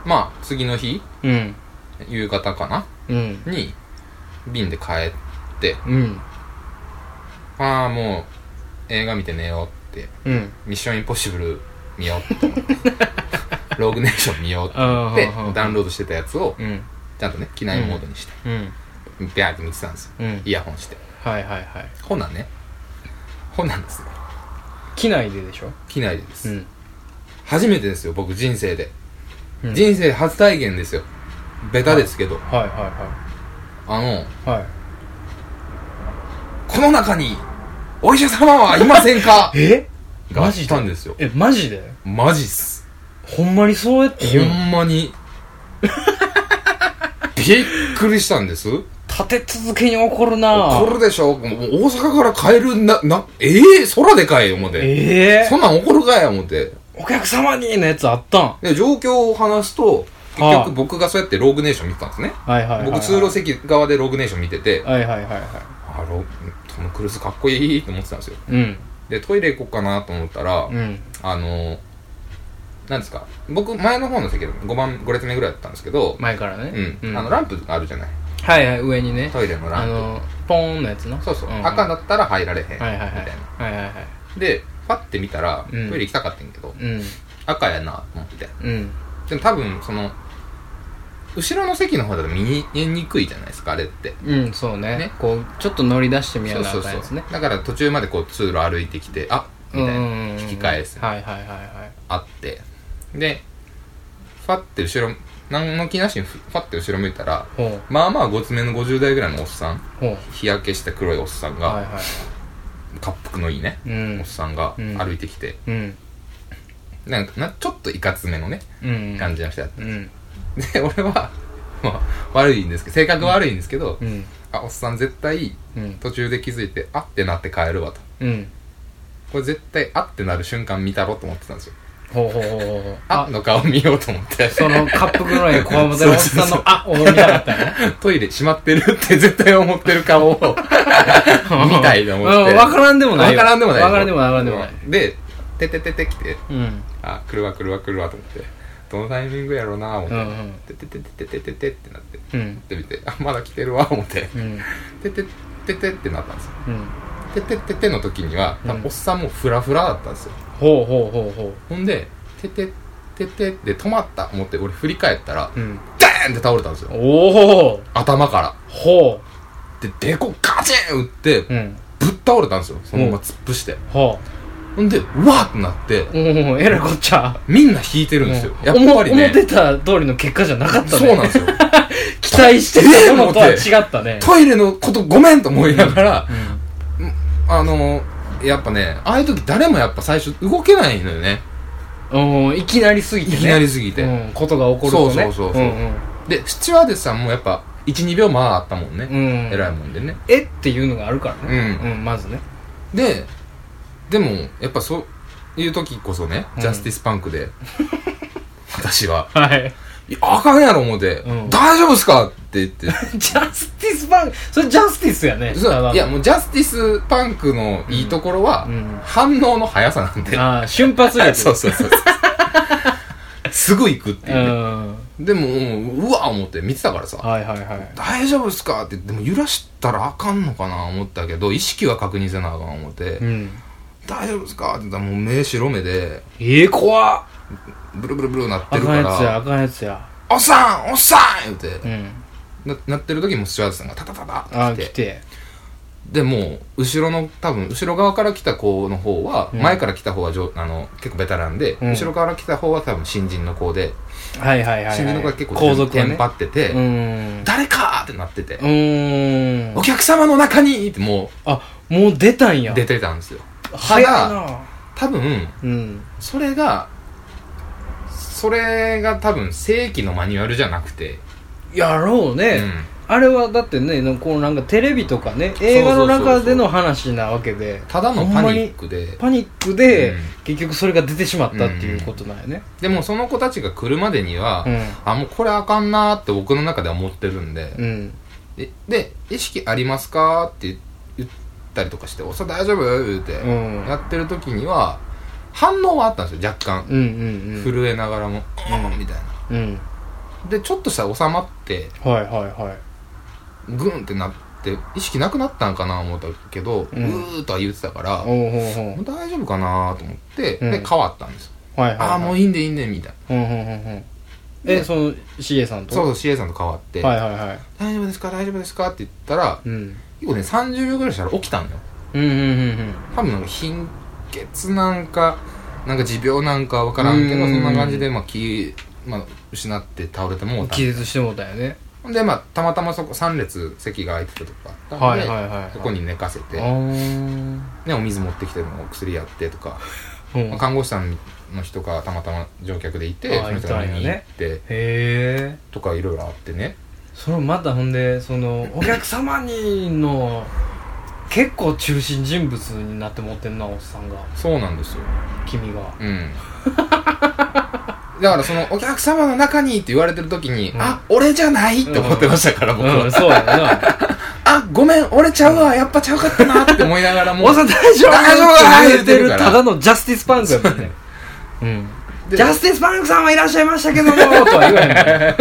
Speaker 1: まあ、次の日、
Speaker 2: うん
Speaker 1: 夕方かな
Speaker 2: うん
Speaker 1: に、便で帰って、
Speaker 2: うん
Speaker 1: ああ、もう、映画見て寝ようって、
Speaker 2: うん
Speaker 1: ミッションインポッシブル見ようって思 って、ローグネーション見ようって
Speaker 2: あ
Speaker 1: 思って
Speaker 2: ーはんはん
Speaker 1: ダウンロードしてたやつを、
Speaker 2: うん
Speaker 1: ちゃんとね、機内モードにして、
Speaker 2: うん
Speaker 1: ビャーって見てたんですよ。
Speaker 2: うん
Speaker 1: イヤホンして。
Speaker 2: はいはいはい
Speaker 1: ほなんね。ほなんですよ。
Speaker 2: 機内ででしょ
Speaker 1: 機内でです。
Speaker 2: ん
Speaker 1: 初めてですよ、僕人生で。
Speaker 2: うん
Speaker 1: 人生初体験ですよ。ベタですけど、
Speaker 2: はいは
Speaker 1: あの、
Speaker 2: いはいは
Speaker 1: この中に、お医者様はいませんか
Speaker 2: え
Speaker 1: が来たんですよ。
Speaker 2: えマジで
Speaker 1: マジっす。
Speaker 2: ほんまにそうやって
Speaker 1: ほ
Speaker 2: 言うの
Speaker 1: んまに。びっくりしたんです。
Speaker 2: 立て続けに怒るな
Speaker 1: 怒るでしょもう大阪から帰るな、な、ええ空でかい思て。
Speaker 2: ええ
Speaker 1: そんなん怒るかい思て。
Speaker 2: お客様にのやつあったん
Speaker 1: で、状況を話すと、結
Speaker 2: はあ
Speaker 1: 局僕がそうやってローグネーション見てたんですね。
Speaker 2: はいはいはいはい
Speaker 1: 僕通路席側でローグネーション見てて、
Speaker 2: はいはいはいは
Speaker 1: あ、ロトム・クルーズかっこいいって思ってたんですよ。
Speaker 2: いうん
Speaker 1: で、トイレ行こうかなと思ったら、
Speaker 2: うん
Speaker 1: あの、なんですか、僕、前の方の席で5番、5列目ぐらいだったんですけど、
Speaker 2: 前からね
Speaker 1: うん、あの、
Speaker 2: は
Speaker 1: ランプがあるじゃない。
Speaker 2: いはい上にね
Speaker 1: トイレのラ
Speaker 2: あ
Speaker 1: ンプ。
Speaker 2: のポーンのやつな
Speaker 1: そうそう、
Speaker 2: ん
Speaker 1: 赤だったら入られへん。みた
Speaker 2: はい
Speaker 1: い
Speaker 2: はいはい
Speaker 1: な。
Speaker 2: はいはいはい
Speaker 1: で、パッて見たら、ト
Speaker 2: うん
Speaker 1: イレ行きたかったんやけど、
Speaker 2: うん
Speaker 1: 赤やな、と思って。
Speaker 2: うん
Speaker 1: でも多分、その、後ろの席の方だと見えにくいじゃないですか、あれって。
Speaker 2: うんそうね
Speaker 1: ね
Speaker 2: こうちょっと乗り出してみや
Speaker 1: そう
Speaker 2: がら
Speaker 1: そう
Speaker 2: た
Speaker 1: そ
Speaker 2: やつね
Speaker 1: う。だから途中までこう通路歩いてきて、あみたい
Speaker 2: うんうんうん
Speaker 1: な。引き返す。
Speaker 2: はいはいはいはい
Speaker 1: あって。で、ファって後ろ、何の気なしにファって後ろ向いたら、
Speaker 2: ほう
Speaker 1: まあまあごつめの50代ぐらいのおっさん
Speaker 2: ほう
Speaker 1: 日焼けした黒いおっさんが、
Speaker 2: はいはい
Speaker 1: 滑覆のいいね、
Speaker 2: うん
Speaker 1: おっさんが
Speaker 2: うん
Speaker 1: 歩いてきて、
Speaker 2: うん
Speaker 1: なんかなちょっといかつめのね
Speaker 2: うん
Speaker 1: 感じの人やった、
Speaker 2: うん
Speaker 1: で俺はまあ悪いんですけど性格は悪いんですけど、
Speaker 2: うん
Speaker 1: あおっさん絶対
Speaker 2: うん
Speaker 1: 途中で気づいてあってなって帰るわと
Speaker 2: うん
Speaker 1: これ絶対あってなる瞬間見たろと思ってたんですよ
Speaker 2: ほうほうほうほう
Speaker 1: あの顔見ようと思って
Speaker 2: その滑覆の上にこわもてのおっさ
Speaker 1: そうそ
Speaker 2: ん
Speaker 1: うそう
Speaker 2: のあを見たかったね
Speaker 1: トイレ閉まってるって絶対思ってる顔を見たいと思って
Speaker 2: うんわからんでもない
Speaker 1: わからんでもない
Speaker 2: わからんでもないわからんでもない
Speaker 1: でてててて来て
Speaker 2: うん
Speaker 1: あ来るわ来るわ来るわと思ってどのタイミングやろうな思って、
Speaker 2: うんうん
Speaker 1: ててててててててってなって
Speaker 2: うん
Speaker 1: って見てあまだ来てるわ思って
Speaker 2: うん
Speaker 1: ててててってなったんですよ
Speaker 2: うん
Speaker 1: てててての時には、多分
Speaker 2: うん
Speaker 1: おっさんもフラフラだったんですよ
Speaker 2: ほうほうほうほ
Speaker 1: ほんでててててで止まった思って俺振り返ったら
Speaker 2: ううん
Speaker 1: ダーンって倒れたんですよ
Speaker 2: おお
Speaker 1: 頭から
Speaker 2: ほ
Speaker 1: ででこガチン打って
Speaker 2: ううん
Speaker 1: ぶっ倒れたんですよそのまま突っ伏して、
Speaker 2: ほ
Speaker 1: ほんでうわーってなって
Speaker 2: ううんえらいこっちゃ
Speaker 1: みんな引いてるんですよ、
Speaker 2: うん
Speaker 1: やっぱり
Speaker 2: 思
Speaker 1: ね
Speaker 2: 思ってた通りの結果じゃなかったね
Speaker 1: そうなんです よ
Speaker 2: 期待してたものとは違ったね
Speaker 1: トイレのことごめんと思いながら、あのやっぱねああいう時誰もやっぱ最初動けないのよね
Speaker 2: うんうんいきなりすぎてね
Speaker 1: いきなりすぎて、
Speaker 2: うんことが起こるとね
Speaker 1: そうそうそうそうん
Speaker 2: ん
Speaker 1: でスチュワーデスさんもやっぱ12秒まああったもんね、
Speaker 2: うん
Speaker 1: 偉いもんでね
Speaker 2: えっていうのがあるからね、
Speaker 1: うん
Speaker 2: まずね
Speaker 1: ででもやっぱそういう時こそね、
Speaker 2: うん
Speaker 1: ジャスティスパンク で私は
Speaker 2: はい
Speaker 1: 「いやあかんやろ」思って、
Speaker 2: うん
Speaker 1: 大丈夫っすか?」って言っ て
Speaker 2: ジャスティスパンクそれジャスティスやね
Speaker 1: そう
Speaker 2: ただ
Speaker 1: いやもうジャスティスパンクのいいところは、
Speaker 2: うん
Speaker 1: 反応の速さなんで、
Speaker 2: ああ瞬発 力
Speaker 1: そうそうそうすぐ行くっていううね、
Speaker 2: んは
Speaker 1: でももううわ思って見てたからさ、
Speaker 2: いはいはい
Speaker 1: 大丈夫っすかってでも揺らしたらあかんのかな思ったけど意識は確認せなあかん思って、
Speaker 2: うん
Speaker 1: 大丈夫っすかって言ったらもう目白目で
Speaker 2: ええ怖っ
Speaker 1: ブルブルブルなって
Speaker 2: あ
Speaker 1: る
Speaker 2: かん
Speaker 1: か
Speaker 2: やつや
Speaker 1: ら
Speaker 2: あかんやつや
Speaker 1: 「おっさんおっさん!」言う
Speaker 2: う
Speaker 1: て、
Speaker 2: ん
Speaker 1: ななってる時もスチュワーデスさんがタタタタ
Speaker 2: あ
Speaker 1: って
Speaker 2: あ
Speaker 1: 来
Speaker 2: 来
Speaker 1: て
Speaker 2: て
Speaker 1: でもう後ろの多分後ろ側から来た子の方は、
Speaker 2: うん
Speaker 1: 前から来た方は上あの結構ベテランで、
Speaker 2: うん
Speaker 1: 後ろから来た方は多分新人の子で、
Speaker 2: はいはいはい
Speaker 1: 新人の子
Speaker 2: は
Speaker 1: が
Speaker 2: い
Speaker 1: 結構
Speaker 2: 後続
Speaker 1: テ
Speaker 2: は
Speaker 1: ン
Speaker 2: ね
Speaker 1: パってて、
Speaker 2: うん
Speaker 1: 誰かーってなってて、
Speaker 2: うーん
Speaker 1: お客様の中にっても
Speaker 2: あもう出たんや
Speaker 1: う出てたんですよ
Speaker 2: 早い
Speaker 1: ただ
Speaker 2: な
Speaker 1: 多分
Speaker 2: うん
Speaker 1: それがそれが多分正規のマニュアルじゃなくて、
Speaker 2: やろうね、
Speaker 1: うん
Speaker 2: あれはだってねなんかこうなんかテレビとかね映画の中での話なわけで
Speaker 1: ただの
Speaker 2: ほんま
Speaker 1: パ
Speaker 2: に
Speaker 1: ニックで
Speaker 2: パニックで、
Speaker 1: うん
Speaker 2: 結局それが出てしまったっていうことなんやね
Speaker 1: でもその子たちが来るまでには、
Speaker 2: うん
Speaker 1: あもうこれあかんなーって僕の中では思ってるんで、
Speaker 2: うん
Speaker 1: でで意識ありますかって言ったりとかして「おさ大丈夫?」言うて、
Speaker 2: うん
Speaker 1: やってる時には反応はあったんですよ若干、
Speaker 2: うんうん
Speaker 1: 震えながらも「
Speaker 2: うん
Speaker 1: うん」みたいな
Speaker 2: うんうん
Speaker 1: でちょっとしたら収まって
Speaker 2: はいはいはい
Speaker 1: グンってなって意識なくなったんかな思ったけど、う
Speaker 2: うん
Speaker 1: ーっとは言ってたから、
Speaker 2: おうほうほ
Speaker 1: もう大丈夫かなと思って、
Speaker 2: うん
Speaker 1: で変わったんですよ、
Speaker 2: うはいはいはい
Speaker 1: ああもういいんでいいんでみたいな
Speaker 2: うんうんうんうんえその CA さんと
Speaker 1: そうそう CA さんと変わって、
Speaker 2: はいはいはい
Speaker 1: 大丈夫ですか大丈夫ですかって言ったら
Speaker 2: うん
Speaker 1: 結構ね30秒ぐらいしたら起きたのよ
Speaker 2: うんうんうんうん
Speaker 1: 多分なんか貧血なんかなんか持病なんかわからんけど
Speaker 2: うん
Speaker 1: そんな感じでまあ気、まあ、失って倒れてもうた
Speaker 2: 気絶してもうたよね
Speaker 1: ほんでまあたまたまそこ3列席が空いてたとこあったんで、
Speaker 2: はいはいはい
Speaker 1: そこに寝かせて、
Speaker 2: あー
Speaker 1: ね、お水持ってきてもお薬やってとか、
Speaker 2: うん
Speaker 1: まあ
Speaker 2: へ
Speaker 1: 看護師さんの人がたまたま乗客でいて
Speaker 2: あ
Speaker 1: その人が見に行って
Speaker 2: え
Speaker 1: とかいろいろあってね
Speaker 2: それまたほんでそのお客様にの結構中心人物になって持ってんなおっさんが
Speaker 1: そうなんですよ
Speaker 2: 君が
Speaker 1: うんだからそのお客様の中にって言われてる時に、
Speaker 2: うん
Speaker 1: あ俺じゃないって思ってましたから、僕は、
Speaker 2: うんそうやな
Speaker 1: あごめん俺ちゃうわやっぱちゃうかったなって思いながら
Speaker 2: お
Speaker 1: も
Speaker 2: っさん大丈夫
Speaker 1: 大丈夫
Speaker 2: って言って
Speaker 1: 言
Speaker 2: る
Speaker 1: うてるから
Speaker 2: ただのジャスティスパンクやもんねうん
Speaker 1: で
Speaker 2: ジャスティスパンクさんはいらっしゃいましたけどもとは言わへんからね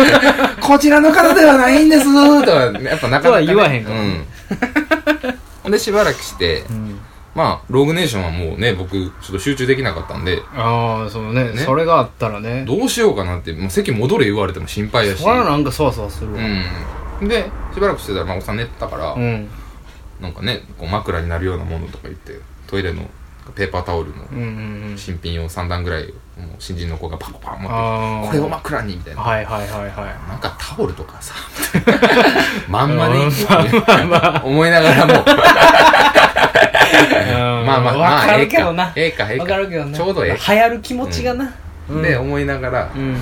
Speaker 1: こちらの方ではないんですとはやっぱなかなか、ね、
Speaker 2: とは言わへんから
Speaker 1: うん でしばらくして
Speaker 2: うん
Speaker 1: まあローグネーションはもうね僕ちょっと集中できなかったんで
Speaker 2: ああそのね
Speaker 1: ね
Speaker 2: それがあったらね
Speaker 1: どうしようかなってもう席戻れ言われても心配やし
Speaker 2: そらなんかそわそわするわ
Speaker 1: うんでしばらくしてたら、まあ、おっさん寝てたから、
Speaker 2: うん
Speaker 1: なんかねこう枕になるようなものとか言ってトイレのペーパータオルの
Speaker 2: うんうんうん
Speaker 1: 新品を3段ぐらいもう新人の子がパコパン持って
Speaker 2: ああ
Speaker 1: これを枕にみたいな
Speaker 2: はいはいはいはい
Speaker 1: なんかタオルとか さ、まんまでいい
Speaker 2: うん
Speaker 1: 思いながらも、ま
Speaker 2: ま
Speaker 1: あまあ、ま
Speaker 2: わ
Speaker 1: あ、
Speaker 2: か
Speaker 1: ええ
Speaker 2: るけ
Speaker 1: か
Speaker 2: どな。
Speaker 1: ええか、ええ
Speaker 2: わかるけど
Speaker 1: か。
Speaker 2: な。
Speaker 1: ちょうどえ
Speaker 2: 流行る気持ちがな。
Speaker 1: え
Speaker 2: う
Speaker 1: か。
Speaker 2: ん
Speaker 1: で、思いながら
Speaker 2: う、ん。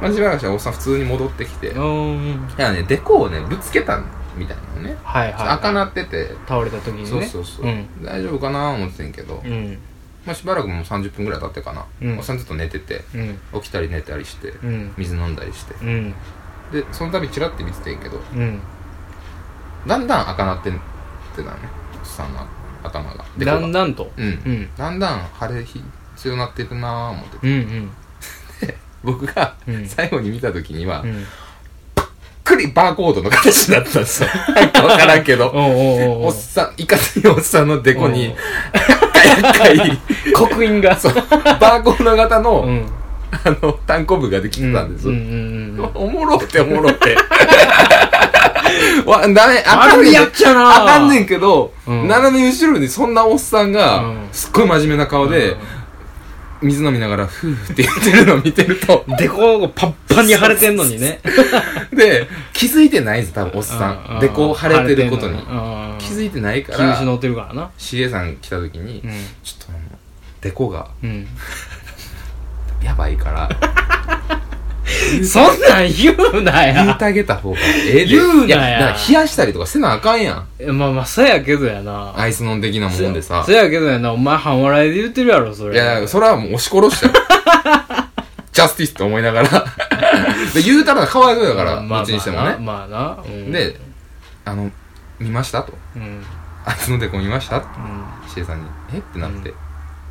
Speaker 1: まあ、しばらくしたらおっさん普通に戻ってきて、
Speaker 2: う
Speaker 1: い
Speaker 2: ん
Speaker 1: やね、デコをね、ぶつけたみたいなのね。
Speaker 2: はいはい
Speaker 1: 赤なってて、
Speaker 2: 倒れた時にね
Speaker 1: そうそうそう、
Speaker 2: うん
Speaker 1: 大丈夫かなー思ってんけど、
Speaker 2: うん
Speaker 1: まあ、しばらくもう30分ぐらい経ってかな、
Speaker 2: うん
Speaker 1: おっさんずっと寝てて
Speaker 2: うん
Speaker 1: 起きたり寝たりして、
Speaker 2: うん
Speaker 1: 水飲んだりして
Speaker 2: うん
Speaker 1: でその度チラって見ててんけど
Speaker 2: うん
Speaker 1: だんだん赤なってんってなのねおっさんの頭がでこ
Speaker 2: だ
Speaker 1: が
Speaker 2: んだんと
Speaker 1: うん、
Speaker 2: うん
Speaker 1: だんだん腫れひ強なっていくなー思ってて
Speaker 2: うんうん
Speaker 1: 僕が
Speaker 2: うん
Speaker 1: 最後に見た時には、
Speaker 2: う
Speaker 1: びっ
Speaker 2: ん
Speaker 1: くりバーコードの形になってたん ですよなんか分からんけど
Speaker 2: おうおうおうお
Speaker 1: おっ
Speaker 2: う
Speaker 1: さんいかついおっさんのデコ
Speaker 2: お
Speaker 1: に
Speaker 2: う
Speaker 1: 赤い赤い
Speaker 2: 刻印が
Speaker 1: そうバーコード型の、
Speaker 2: うん
Speaker 1: あの単行部ができてたんです、
Speaker 2: うんうんうんうん
Speaker 1: おもろっておもろって。わ、ダメ、あ
Speaker 2: あ
Speaker 1: かん
Speaker 2: る
Speaker 1: ねん。
Speaker 2: やっちゃな
Speaker 1: あかんねんけど、
Speaker 2: うん
Speaker 1: 斜め後ろにそんなおっさんが、
Speaker 2: うん
Speaker 1: すっごい真面目な顔で、水飲みながら、ふーって言ってるのを見てる と、
Speaker 2: でこがパッパンに腫れてんのにね
Speaker 1: で、気づいてないんです、多分おっさん。で、こう腫れてることに。気づ
Speaker 2: い
Speaker 1: いてない
Speaker 2: て
Speaker 1: か
Speaker 2: んのにう
Speaker 1: ら
Speaker 2: ん気失、ってるからな
Speaker 1: CA さん来た時に、
Speaker 2: うん
Speaker 1: ちょっとあの、デコが、
Speaker 2: うん
Speaker 1: やばいから、
Speaker 2: そんなん言うな
Speaker 1: 言う
Speaker 2: や
Speaker 1: てあげた方がええで。
Speaker 2: 言うなや
Speaker 1: いだから冷やしたりとかせなあかんやん。
Speaker 2: まあまあそやけどやな
Speaker 1: アイス飲んできなもんでさ
Speaker 2: そ。やけどやなお前半笑いで言ってるやろそれ
Speaker 1: いや、それはもう押し殺した よ。ジャスティスと思いながら。で、言うたらかわいそうだから、
Speaker 2: まあ
Speaker 1: どっちにしてもね。
Speaker 2: まあなまあなうん
Speaker 1: で、あの、見ましたと。
Speaker 2: うん
Speaker 1: あいつのデコ見ました
Speaker 2: うん
Speaker 1: シエさんに。えってなって、
Speaker 2: う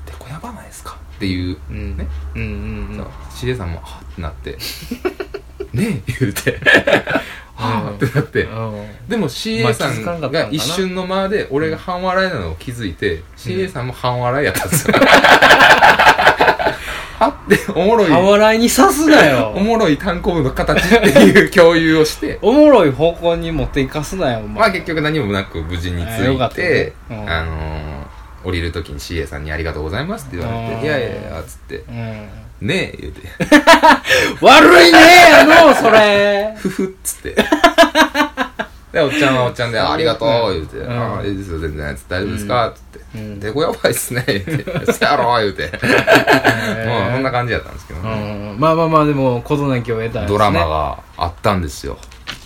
Speaker 1: デコやばないですかっていう。
Speaker 2: うん
Speaker 1: ね
Speaker 2: うんうんう
Speaker 1: そうんシエさんも、はっってな って。ねえ言うて。はぁってなって。でも CA さ
Speaker 2: まあ気づかなか
Speaker 1: ん
Speaker 2: ったの
Speaker 1: が
Speaker 2: かな
Speaker 1: 一瞬の間で俺が半笑いなのを気づいて、CA さんも半笑いやったんですよ。 あって、おもろい。
Speaker 2: 半笑いに刺すなよ、
Speaker 1: おもろい単行部の形っていう共有をして
Speaker 2: おもろい方向に持っていかすなよお
Speaker 1: まあ
Speaker 2: 前
Speaker 1: 結局何もなく無事に
Speaker 2: あよ
Speaker 1: 着
Speaker 2: か
Speaker 1: い
Speaker 2: ったね
Speaker 1: て、
Speaker 2: うん
Speaker 1: あのー降りるときに CA さんにありがとうございますって言われ
Speaker 2: あ
Speaker 1: て、
Speaker 2: ー
Speaker 1: いやいやいや、つって、
Speaker 2: うん
Speaker 1: ねえ、言うて、
Speaker 2: 悪いねやのそれ
Speaker 1: ふふっつっ て。で、おっちゃんはおっちゃんで、ありがとう、言うて、
Speaker 2: うん
Speaker 1: ああ、いいですよ、全然、つって大丈夫ですか、つって。
Speaker 2: うん
Speaker 1: でこやばいっすね、言うて、 そやろ、言うて。もうそんな感じやったんですけど
Speaker 2: う
Speaker 1: ね。
Speaker 2: んまあまあまあでも事なきを得たんですね
Speaker 1: ドラマがあったんですよ。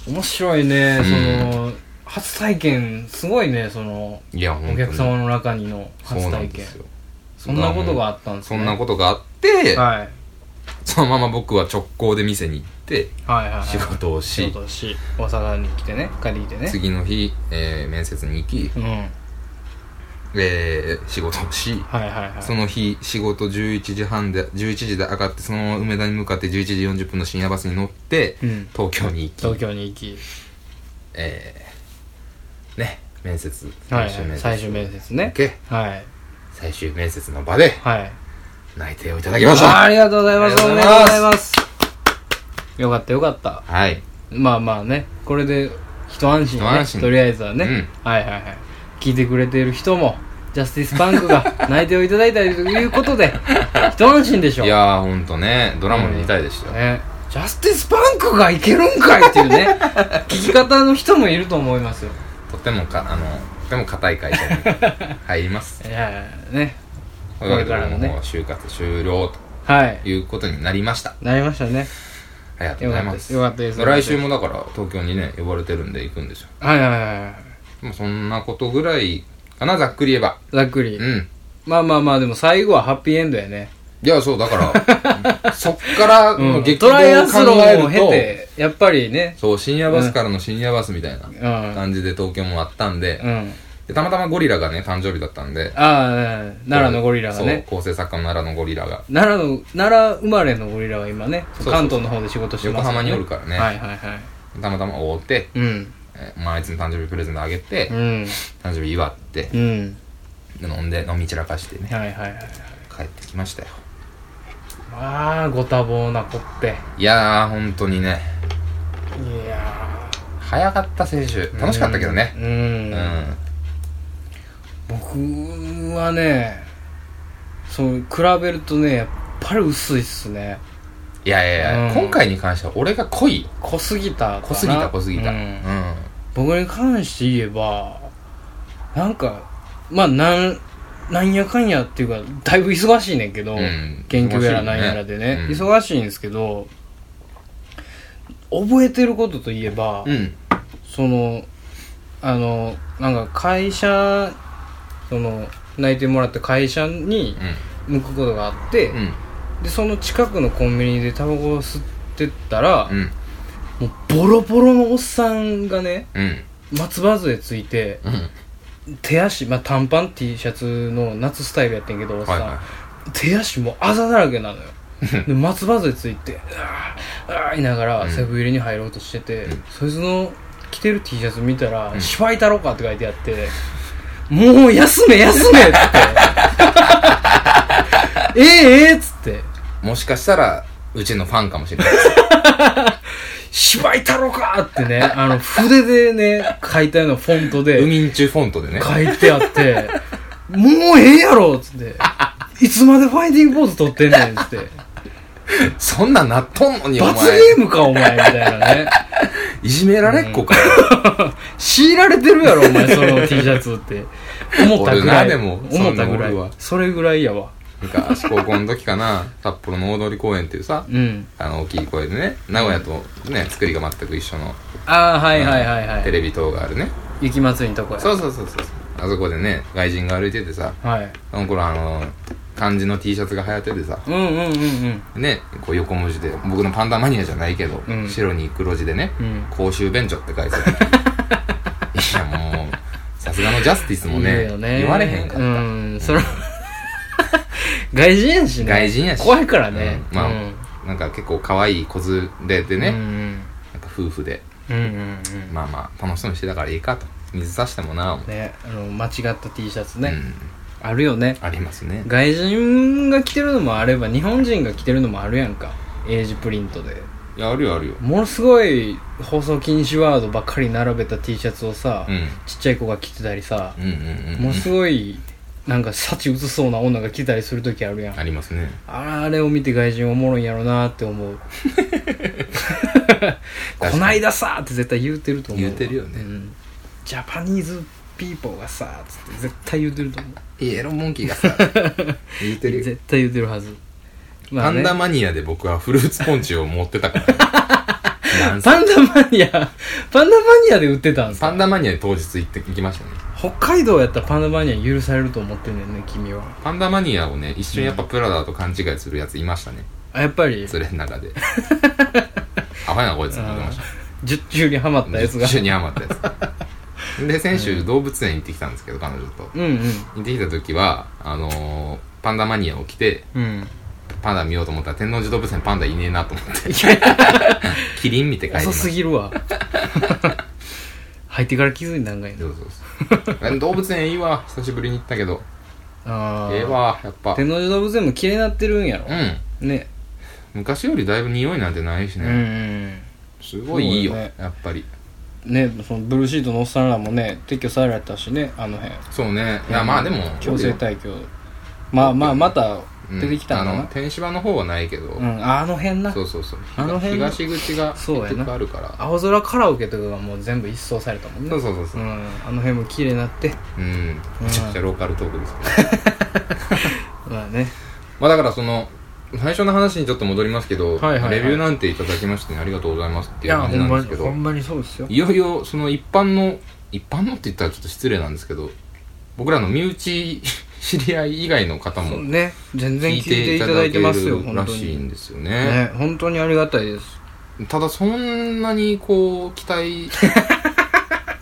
Speaker 2: 面白いね
Speaker 1: う
Speaker 2: その初体験すごいねその
Speaker 1: いや、ほんと
Speaker 2: お
Speaker 1: に。
Speaker 2: 客様の中にの
Speaker 1: そう
Speaker 2: 初
Speaker 1: なん
Speaker 2: 体
Speaker 1: で
Speaker 2: 験
Speaker 1: すよ。
Speaker 2: そんなことがあったんです
Speaker 1: そ
Speaker 2: ね
Speaker 1: んなことがあって、
Speaker 2: はい
Speaker 1: そのまま僕は直行で店に行って
Speaker 2: はいはいはい
Speaker 1: 仕事を
Speaker 2: 仕
Speaker 1: し
Speaker 2: 事をし大阪に来てね借りてね
Speaker 1: 次の日、えー面接に行き、
Speaker 2: うんはい
Speaker 1: えー仕事をし
Speaker 2: はいはい
Speaker 1: その日仕事11時半で11時で上がってそのまま梅田に向かって11時40分の深夜バスに乗って、
Speaker 2: うん
Speaker 1: 東京に行
Speaker 2: 東
Speaker 1: き、
Speaker 2: 京に行き
Speaker 1: えーね面接
Speaker 2: はい
Speaker 1: 最終面接、
Speaker 2: 最終面接ね
Speaker 1: 受け
Speaker 2: はい
Speaker 1: 最終面接の場で
Speaker 2: はい
Speaker 1: 内定をいただきました
Speaker 2: ありがとうございます
Speaker 1: あ
Speaker 2: お
Speaker 1: り
Speaker 2: め
Speaker 1: がとう
Speaker 2: でとう
Speaker 1: ご
Speaker 2: ご
Speaker 1: ざ
Speaker 2: ざ
Speaker 1: い
Speaker 2: いますよかったよかった
Speaker 1: はい
Speaker 2: まあまあねこれで一安心ね
Speaker 1: 一安心
Speaker 2: とりあえずはね、
Speaker 1: う
Speaker 2: はいはいはい聞いてくれている人もジャスティスパンクが内定をいただいたということ で一安心でしょ
Speaker 1: いやーほんとねドラマみたいでしたよ、
Speaker 2: ね、ジャスティスパンクがいけるんかいっていう ね聞き方の人もいると思いますよ
Speaker 1: とてもかあのとても硬い会社 に入ります
Speaker 2: いやいやね
Speaker 1: というわけ
Speaker 2: これ
Speaker 1: で
Speaker 2: からも
Speaker 1: 僕
Speaker 2: ね
Speaker 1: の方は就活終了と
Speaker 2: はい
Speaker 1: いうことになりました
Speaker 2: なりましたね
Speaker 1: ありがとうございます
Speaker 2: よかったですよかった
Speaker 1: 来
Speaker 2: です
Speaker 1: 週もだから東京にね呼ばれてるんで行くんですよ
Speaker 2: はいはいはいはい
Speaker 1: もうそんなことぐらいかなざっくり言えば
Speaker 2: ざっくり、
Speaker 1: うん
Speaker 2: まあまあまあでも最後はハッピーエンドやね、
Speaker 1: いやそうだから そっから
Speaker 2: う
Speaker 1: の
Speaker 2: ん
Speaker 1: 激
Speaker 2: ト
Speaker 1: 動を
Speaker 2: ライアスロ
Speaker 1: 考え
Speaker 2: ンを
Speaker 1: る
Speaker 2: 経
Speaker 1: と、
Speaker 2: てやっぱりね
Speaker 1: そう深夜バスからの深夜バスみたいな
Speaker 2: うん、
Speaker 1: 感じで東京もあったんで,、
Speaker 2: うん、
Speaker 1: でたまたまゴリラがね誕生日だったんで
Speaker 2: ああ奈良のゴリラがね
Speaker 1: そう構成作家の奈良のゴリラが
Speaker 2: 奈良の奈良生まれのゴリラは今ね
Speaker 1: そうそう
Speaker 2: 関東の方で仕事してます
Speaker 1: 横浜におるからね
Speaker 2: はいはいはい
Speaker 1: たまたま追って、
Speaker 2: うん
Speaker 1: えーまあ、あいつの誕生日プレゼントあげて、
Speaker 2: うん
Speaker 1: 誕生日祝って
Speaker 2: う、ん
Speaker 1: で飲んで飲み散らかしてね
Speaker 2: はいはいはい
Speaker 1: 帰ってきましたよ
Speaker 2: まあご多忙な子って
Speaker 1: いやー本当にね
Speaker 2: いや
Speaker 1: 早かった青春楽しかったけどね
Speaker 2: う
Speaker 1: うん
Speaker 2: ん、
Speaker 1: うん
Speaker 2: 僕はねそう比べるとねやっぱり薄いっすね
Speaker 1: いやいやいや
Speaker 2: うん
Speaker 1: 今回に関しては俺が濃い
Speaker 2: 濃すぎたかな
Speaker 1: 濃すぎた濃すぎた
Speaker 2: う
Speaker 1: うんん
Speaker 2: 僕に関して言えばなんかまあなんなんやかんやっていうかだいぶ忙しいねんけど、
Speaker 1: うん
Speaker 2: 研究やらなんやらでね
Speaker 1: 忙しいねうん
Speaker 2: 忙しいんですけど覚えてることといえば、
Speaker 1: うん
Speaker 2: そのあのなんか会社その内定もらった会社に向くことがあって、
Speaker 1: うんうん
Speaker 2: でその近くのコンビニでタバコを吸ってったら、
Speaker 1: うん
Speaker 2: もうボロボロのおっさんがね
Speaker 1: うん
Speaker 2: 松葉杖ついて
Speaker 1: うん
Speaker 2: 手足、まあ、短パン T シャツの夏スタイルやってんけどおっさん、
Speaker 1: はいは
Speaker 2: 手足もうあざだらけな のよで松葉杖ついて「うわーうわー」言いながらセブン入れに入ろうとしてて、そいつの着てる T シャツ見たら「芝居太郎か」って書いてあって「もう休め休 め」っつって「ええええ」っつって
Speaker 1: もしかしたらうちのファンかもしれ ない
Speaker 2: 「芝居太郎か」ってねあの筆でね書いたようなフォントで
Speaker 1: ウミンチュフォントでね
Speaker 2: 書いてあって、もうええやろっつって、いつまでファイティングポーズ撮ってんねんっつって、
Speaker 1: そんなんなっとんのにお前
Speaker 2: 罰ゲームかお前みたいなね、
Speaker 1: いじめられっ子かよ、
Speaker 2: 強いられてるやろお前その T シャツって、思ったぐら、
Speaker 1: おるないでも
Speaker 2: 思った
Speaker 1: そん
Speaker 2: ぐら
Speaker 1: なんおるわ
Speaker 2: い、それぐらいやわ。
Speaker 1: 昔高校の時かな札幌の大通公園っていうさ
Speaker 2: うん。
Speaker 1: あの大きい声でね名古屋とね作りが全く一緒の
Speaker 2: ああ、はいはいはいは
Speaker 1: テ
Speaker 2: い。
Speaker 1: レビ塔があるね、
Speaker 2: 雪祭りのとこや。
Speaker 1: そうそうそうそうあそこでね外人が歩いててさ
Speaker 2: はい。
Speaker 1: その頃あの漢字の T シャツが流行っててさ
Speaker 2: うんうんうんうん。
Speaker 1: ねこう横文字で僕のパンダマニアじゃないけど、
Speaker 2: うん
Speaker 1: 白に黒字でね
Speaker 2: うん
Speaker 1: 「公衆便所」って書いて あるいやもうさすがのジャスティスも
Speaker 2: い
Speaker 1: ね
Speaker 2: いよね
Speaker 1: 言われへんかった、
Speaker 2: うん、それ 外人やしね。
Speaker 1: 外人やし
Speaker 2: 怖いからね。
Speaker 1: うんまあ
Speaker 2: うん
Speaker 1: なんか結構可愛い子連れでね、
Speaker 2: うん
Speaker 1: なんか夫婦で
Speaker 2: うん。うんうんうん。
Speaker 1: まあまあ楽しそうにしてたからいいかと水差してもな思う
Speaker 2: ねあの間違った T シャツ
Speaker 1: う
Speaker 2: ね、
Speaker 1: ん、
Speaker 2: あるよね
Speaker 1: ありますね
Speaker 2: 外人が着てるのもあれば日本人が着てるのもあるやんかエイジプリントで
Speaker 1: いやあるよあるよ
Speaker 2: ものすごい放送禁止ワードばっかり並べた T シャツをさ、
Speaker 1: うん
Speaker 2: ちっちゃい子が着てたりさ、
Speaker 1: うんうんうん
Speaker 2: ものすごいなんか幸うつそうな女が着てたりする時あるやん
Speaker 1: ありますね
Speaker 2: あれを見て外人おもろいんやろなって思うこないださーって絶対言うてると思うわ
Speaker 1: 言うてるよね
Speaker 2: んジャパニーズピーポーがさーっつって絶対言うてると思う
Speaker 1: イエローモンキーが さ言うてるよ
Speaker 2: 絶対言うてるはず、ま
Speaker 1: パ
Speaker 2: あね
Speaker 1: ンダマニアで僕はフルーツポンチを持ってたから なんせ
Speaker 2: パンダマニアパンダマニアで売ってたんです
Speaker 1: パ
Speaker 2: か
Speaker 1: ンダマニアで当日行って行きましたね
Speaker 2: 北海道やったらパンダマニア許されると思ってんねんね君は
Speaker 1: パンダマニアをね一瞬やっぱプラダと勘違いするやついましたね
Speaker 2: あやっぱり
Speaker 1: それの中 でアホやなこいつって思ってました
Speaker 2: 10中にはまったやつが
Speaker 1: 一緒に余ったやつ で先週動物園行ってきたんですけど彼女と
Speaker 2: うんうん
Speaker 1: 行ってきた時はあのーパンダマニアを着て
Speaker 2: うん
Speaker 1: パンダ見ようと思ったら天王寺動物園パンダいねえなと思って キリン見て帰り
Speaker 2: 遅
Speaker 1: ました
Speaker 2: すぎるわ 入ってから気づいたんかいな
Speaker 1: そうそうそう動物園いいわ久しぶりに行ったけど
Speaker 2: あー
Speaker 1: ええわやっぱ
Speaker 2: 天王寺動物園も綺麗になってるんやろ
Speaker 1: うん
Speaker 2: ね
Speaker 1: 昔よりだいぶ匂いなんてないし
Speaker 2: う
Speaker 1: ね、
Speaker 2: ん
Speaker 1: すごいいいよ、
Speaker 2: そうよね
Speaker 1: やっぱり
Speaker 2: ねそのブルーシートのおっさんらもね撤去されたしねあの辺
Speaker 1: そうねいやまあでも
Speaker 2: 強制退去まあまあまた出てきた
Speaker 1: うんん
Speaker 2: だ
Speaker 1: あ
Speaker 2: な
Speaker 1: の天芝の方はないけど、
Speaker 2: うん、あの辺な
Speaker 1: そうそうそう
Speaker 2: あの辺の
Speaker 1: 東口が
Speaker 2: そうやな
Speaker 1: 結構あるから
Speaker 2: 青空カラオケとかがもう全部一掃されたもんね、
Speaker 1: そうそうそうそううん
Speaker 2: あの辺も綺麗になって
Speaker 1: うんめちゃくちゃローカルトークですけど
Speaker 2: まあね
Speaker 1: まあだからその最初の話にちょっと戻りますけど、
Speaker 2: はいはいはい
Speaker 1: レビューなんていただきましてねありがとうございますって
Speaker 2: い
Speaker 1: いう
Speaker 2: や
Speaker 1: 感
Speaker 2: ほ
Speaker 1: じなんんで
Speaker 2: ますに
Speaker 1: けど
Speaker 2: ほんまにそうですよ
Speaker 1: いよいよその一般の一般のって言ったらちょっと失礼なんですけど僕らの身内 知り合い以外の方
Speaker 2: そ
Speaker 1: も
Speaker 2: うね全然
Speaker 1: 聞
Speaker 2: 聞
Speaker 1: い
Speaker 2: いて
Speaker 1: てい
Speaker 2: い
Speaker 1: た
Speaker 2: た
Speaker 1: だ
Speaker 2: だ
Speaker 1: い
Speaker 2: い
Speaker 1: て
Speaker 2: て
Speaker 1: ま
Speaker 2: ますす
Speaker 1: よ
Speaker 2: よ
Speaker 1: ら
Speaker 2: 本当
Speaker 1: しいん
Speaker 2: に
Speaker 1: ですよね
Speaker 2: ね本当にありがたいです
Speaker 1: ただそんなにこう期待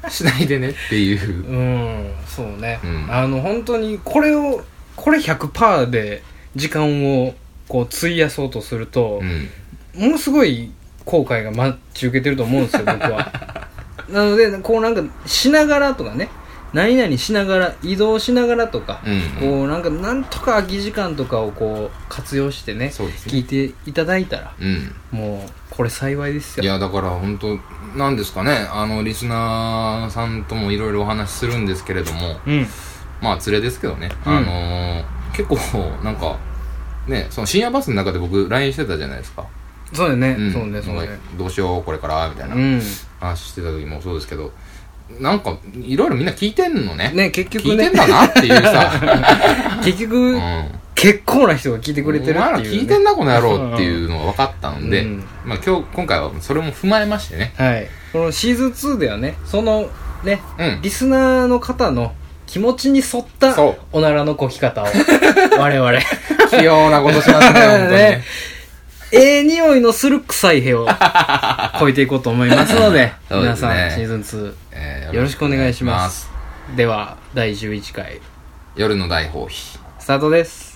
Speaker 1: しないでねっていう
Speaker 2: うんそうね、
Speaker 1: うん
Speaker 2: あの本当にこれをこれ100%で時間をこう費やそうとすると
Speaker 1: う、ん
Speaker 2: ものすごい後悔が待ち受けてると思うんですよ僕は なのでこうなんかしながらとかね何々しながら移動しながらとか、
Speaker 1: うん
Speaker 2: こうなんかなんとか空き時間とかをこう活用してね
Speaker 1: そうです
Speaker 2: 聞
Speaker 1: ね
Speaker 2: いていただいたら
Speaker 1: うん
Speaker 2: もうこれ幸いです
Speaker 1: い
Speaker 2: よ
Speaker 1: やだから本当なんですかねあのリスナーさんともいろいろお話しするんですけれども
Speaker 2: うん
Speaker 1: まあ連れですけどね、
Speaker 2: うん
Speaker 1: あのー結構なんかねその深夜バスの中で僕 LINE してたじゃないですか
Speaker 2: そうだよね、
Speaker 1: ん
Speaker 2: そうねそう
Speaker 1: なん
Speaker 2: ね
Speaker 1: かどうしようこれからみたいな
Speaker 2: うん
Speaker 1: 話してた時もそうですけどなんかいろいろみんな聞いてんのね
Speaker 2: ね結
Speaker 1: 聞
Speaker 2: 局
Speaker 1: いて
Speaker 2: ね
Speaker 1: ん だなっていうさ、
Speaker 2: 結
Speaker 1: う
Speaker 2: 局
Speaker 1: ん、
Speaker 2: 結構な人が聞いてくれてる
Speaker 1: お前
Speaker 2: っ
Speaker 1: ら
Speaker 2: ていう、ね、
Speaker 1: 聞いてんなこの野郎っていうのが分かったんで、
Speaker 2: うん
Speaker 1: まあ、今日今回はそれも踏まえましてね
Speaker 2: はいこのシーズン2ではねそのね、
Speaker 1: うん
Speaker 2: リスナーの方の気持ちに沿った
Speaker 1: そう
Speaker 2: おならのこ き方を我々
Speaker 1: 器用なことし ます ね本当にね
Speaker 2: ねええ匂いのする臭い 屁を超えていこうと思いますので
Speaker 1: そうで
Speaker 2: 皆
Speaker 1: すね
Speaker 2: さんシーズン
Speaker 1: えー
Speaker 2: 2よろしくお願いしますでは第11回
Speaker 1: 夜の大放棄
Speaker 2: スタートです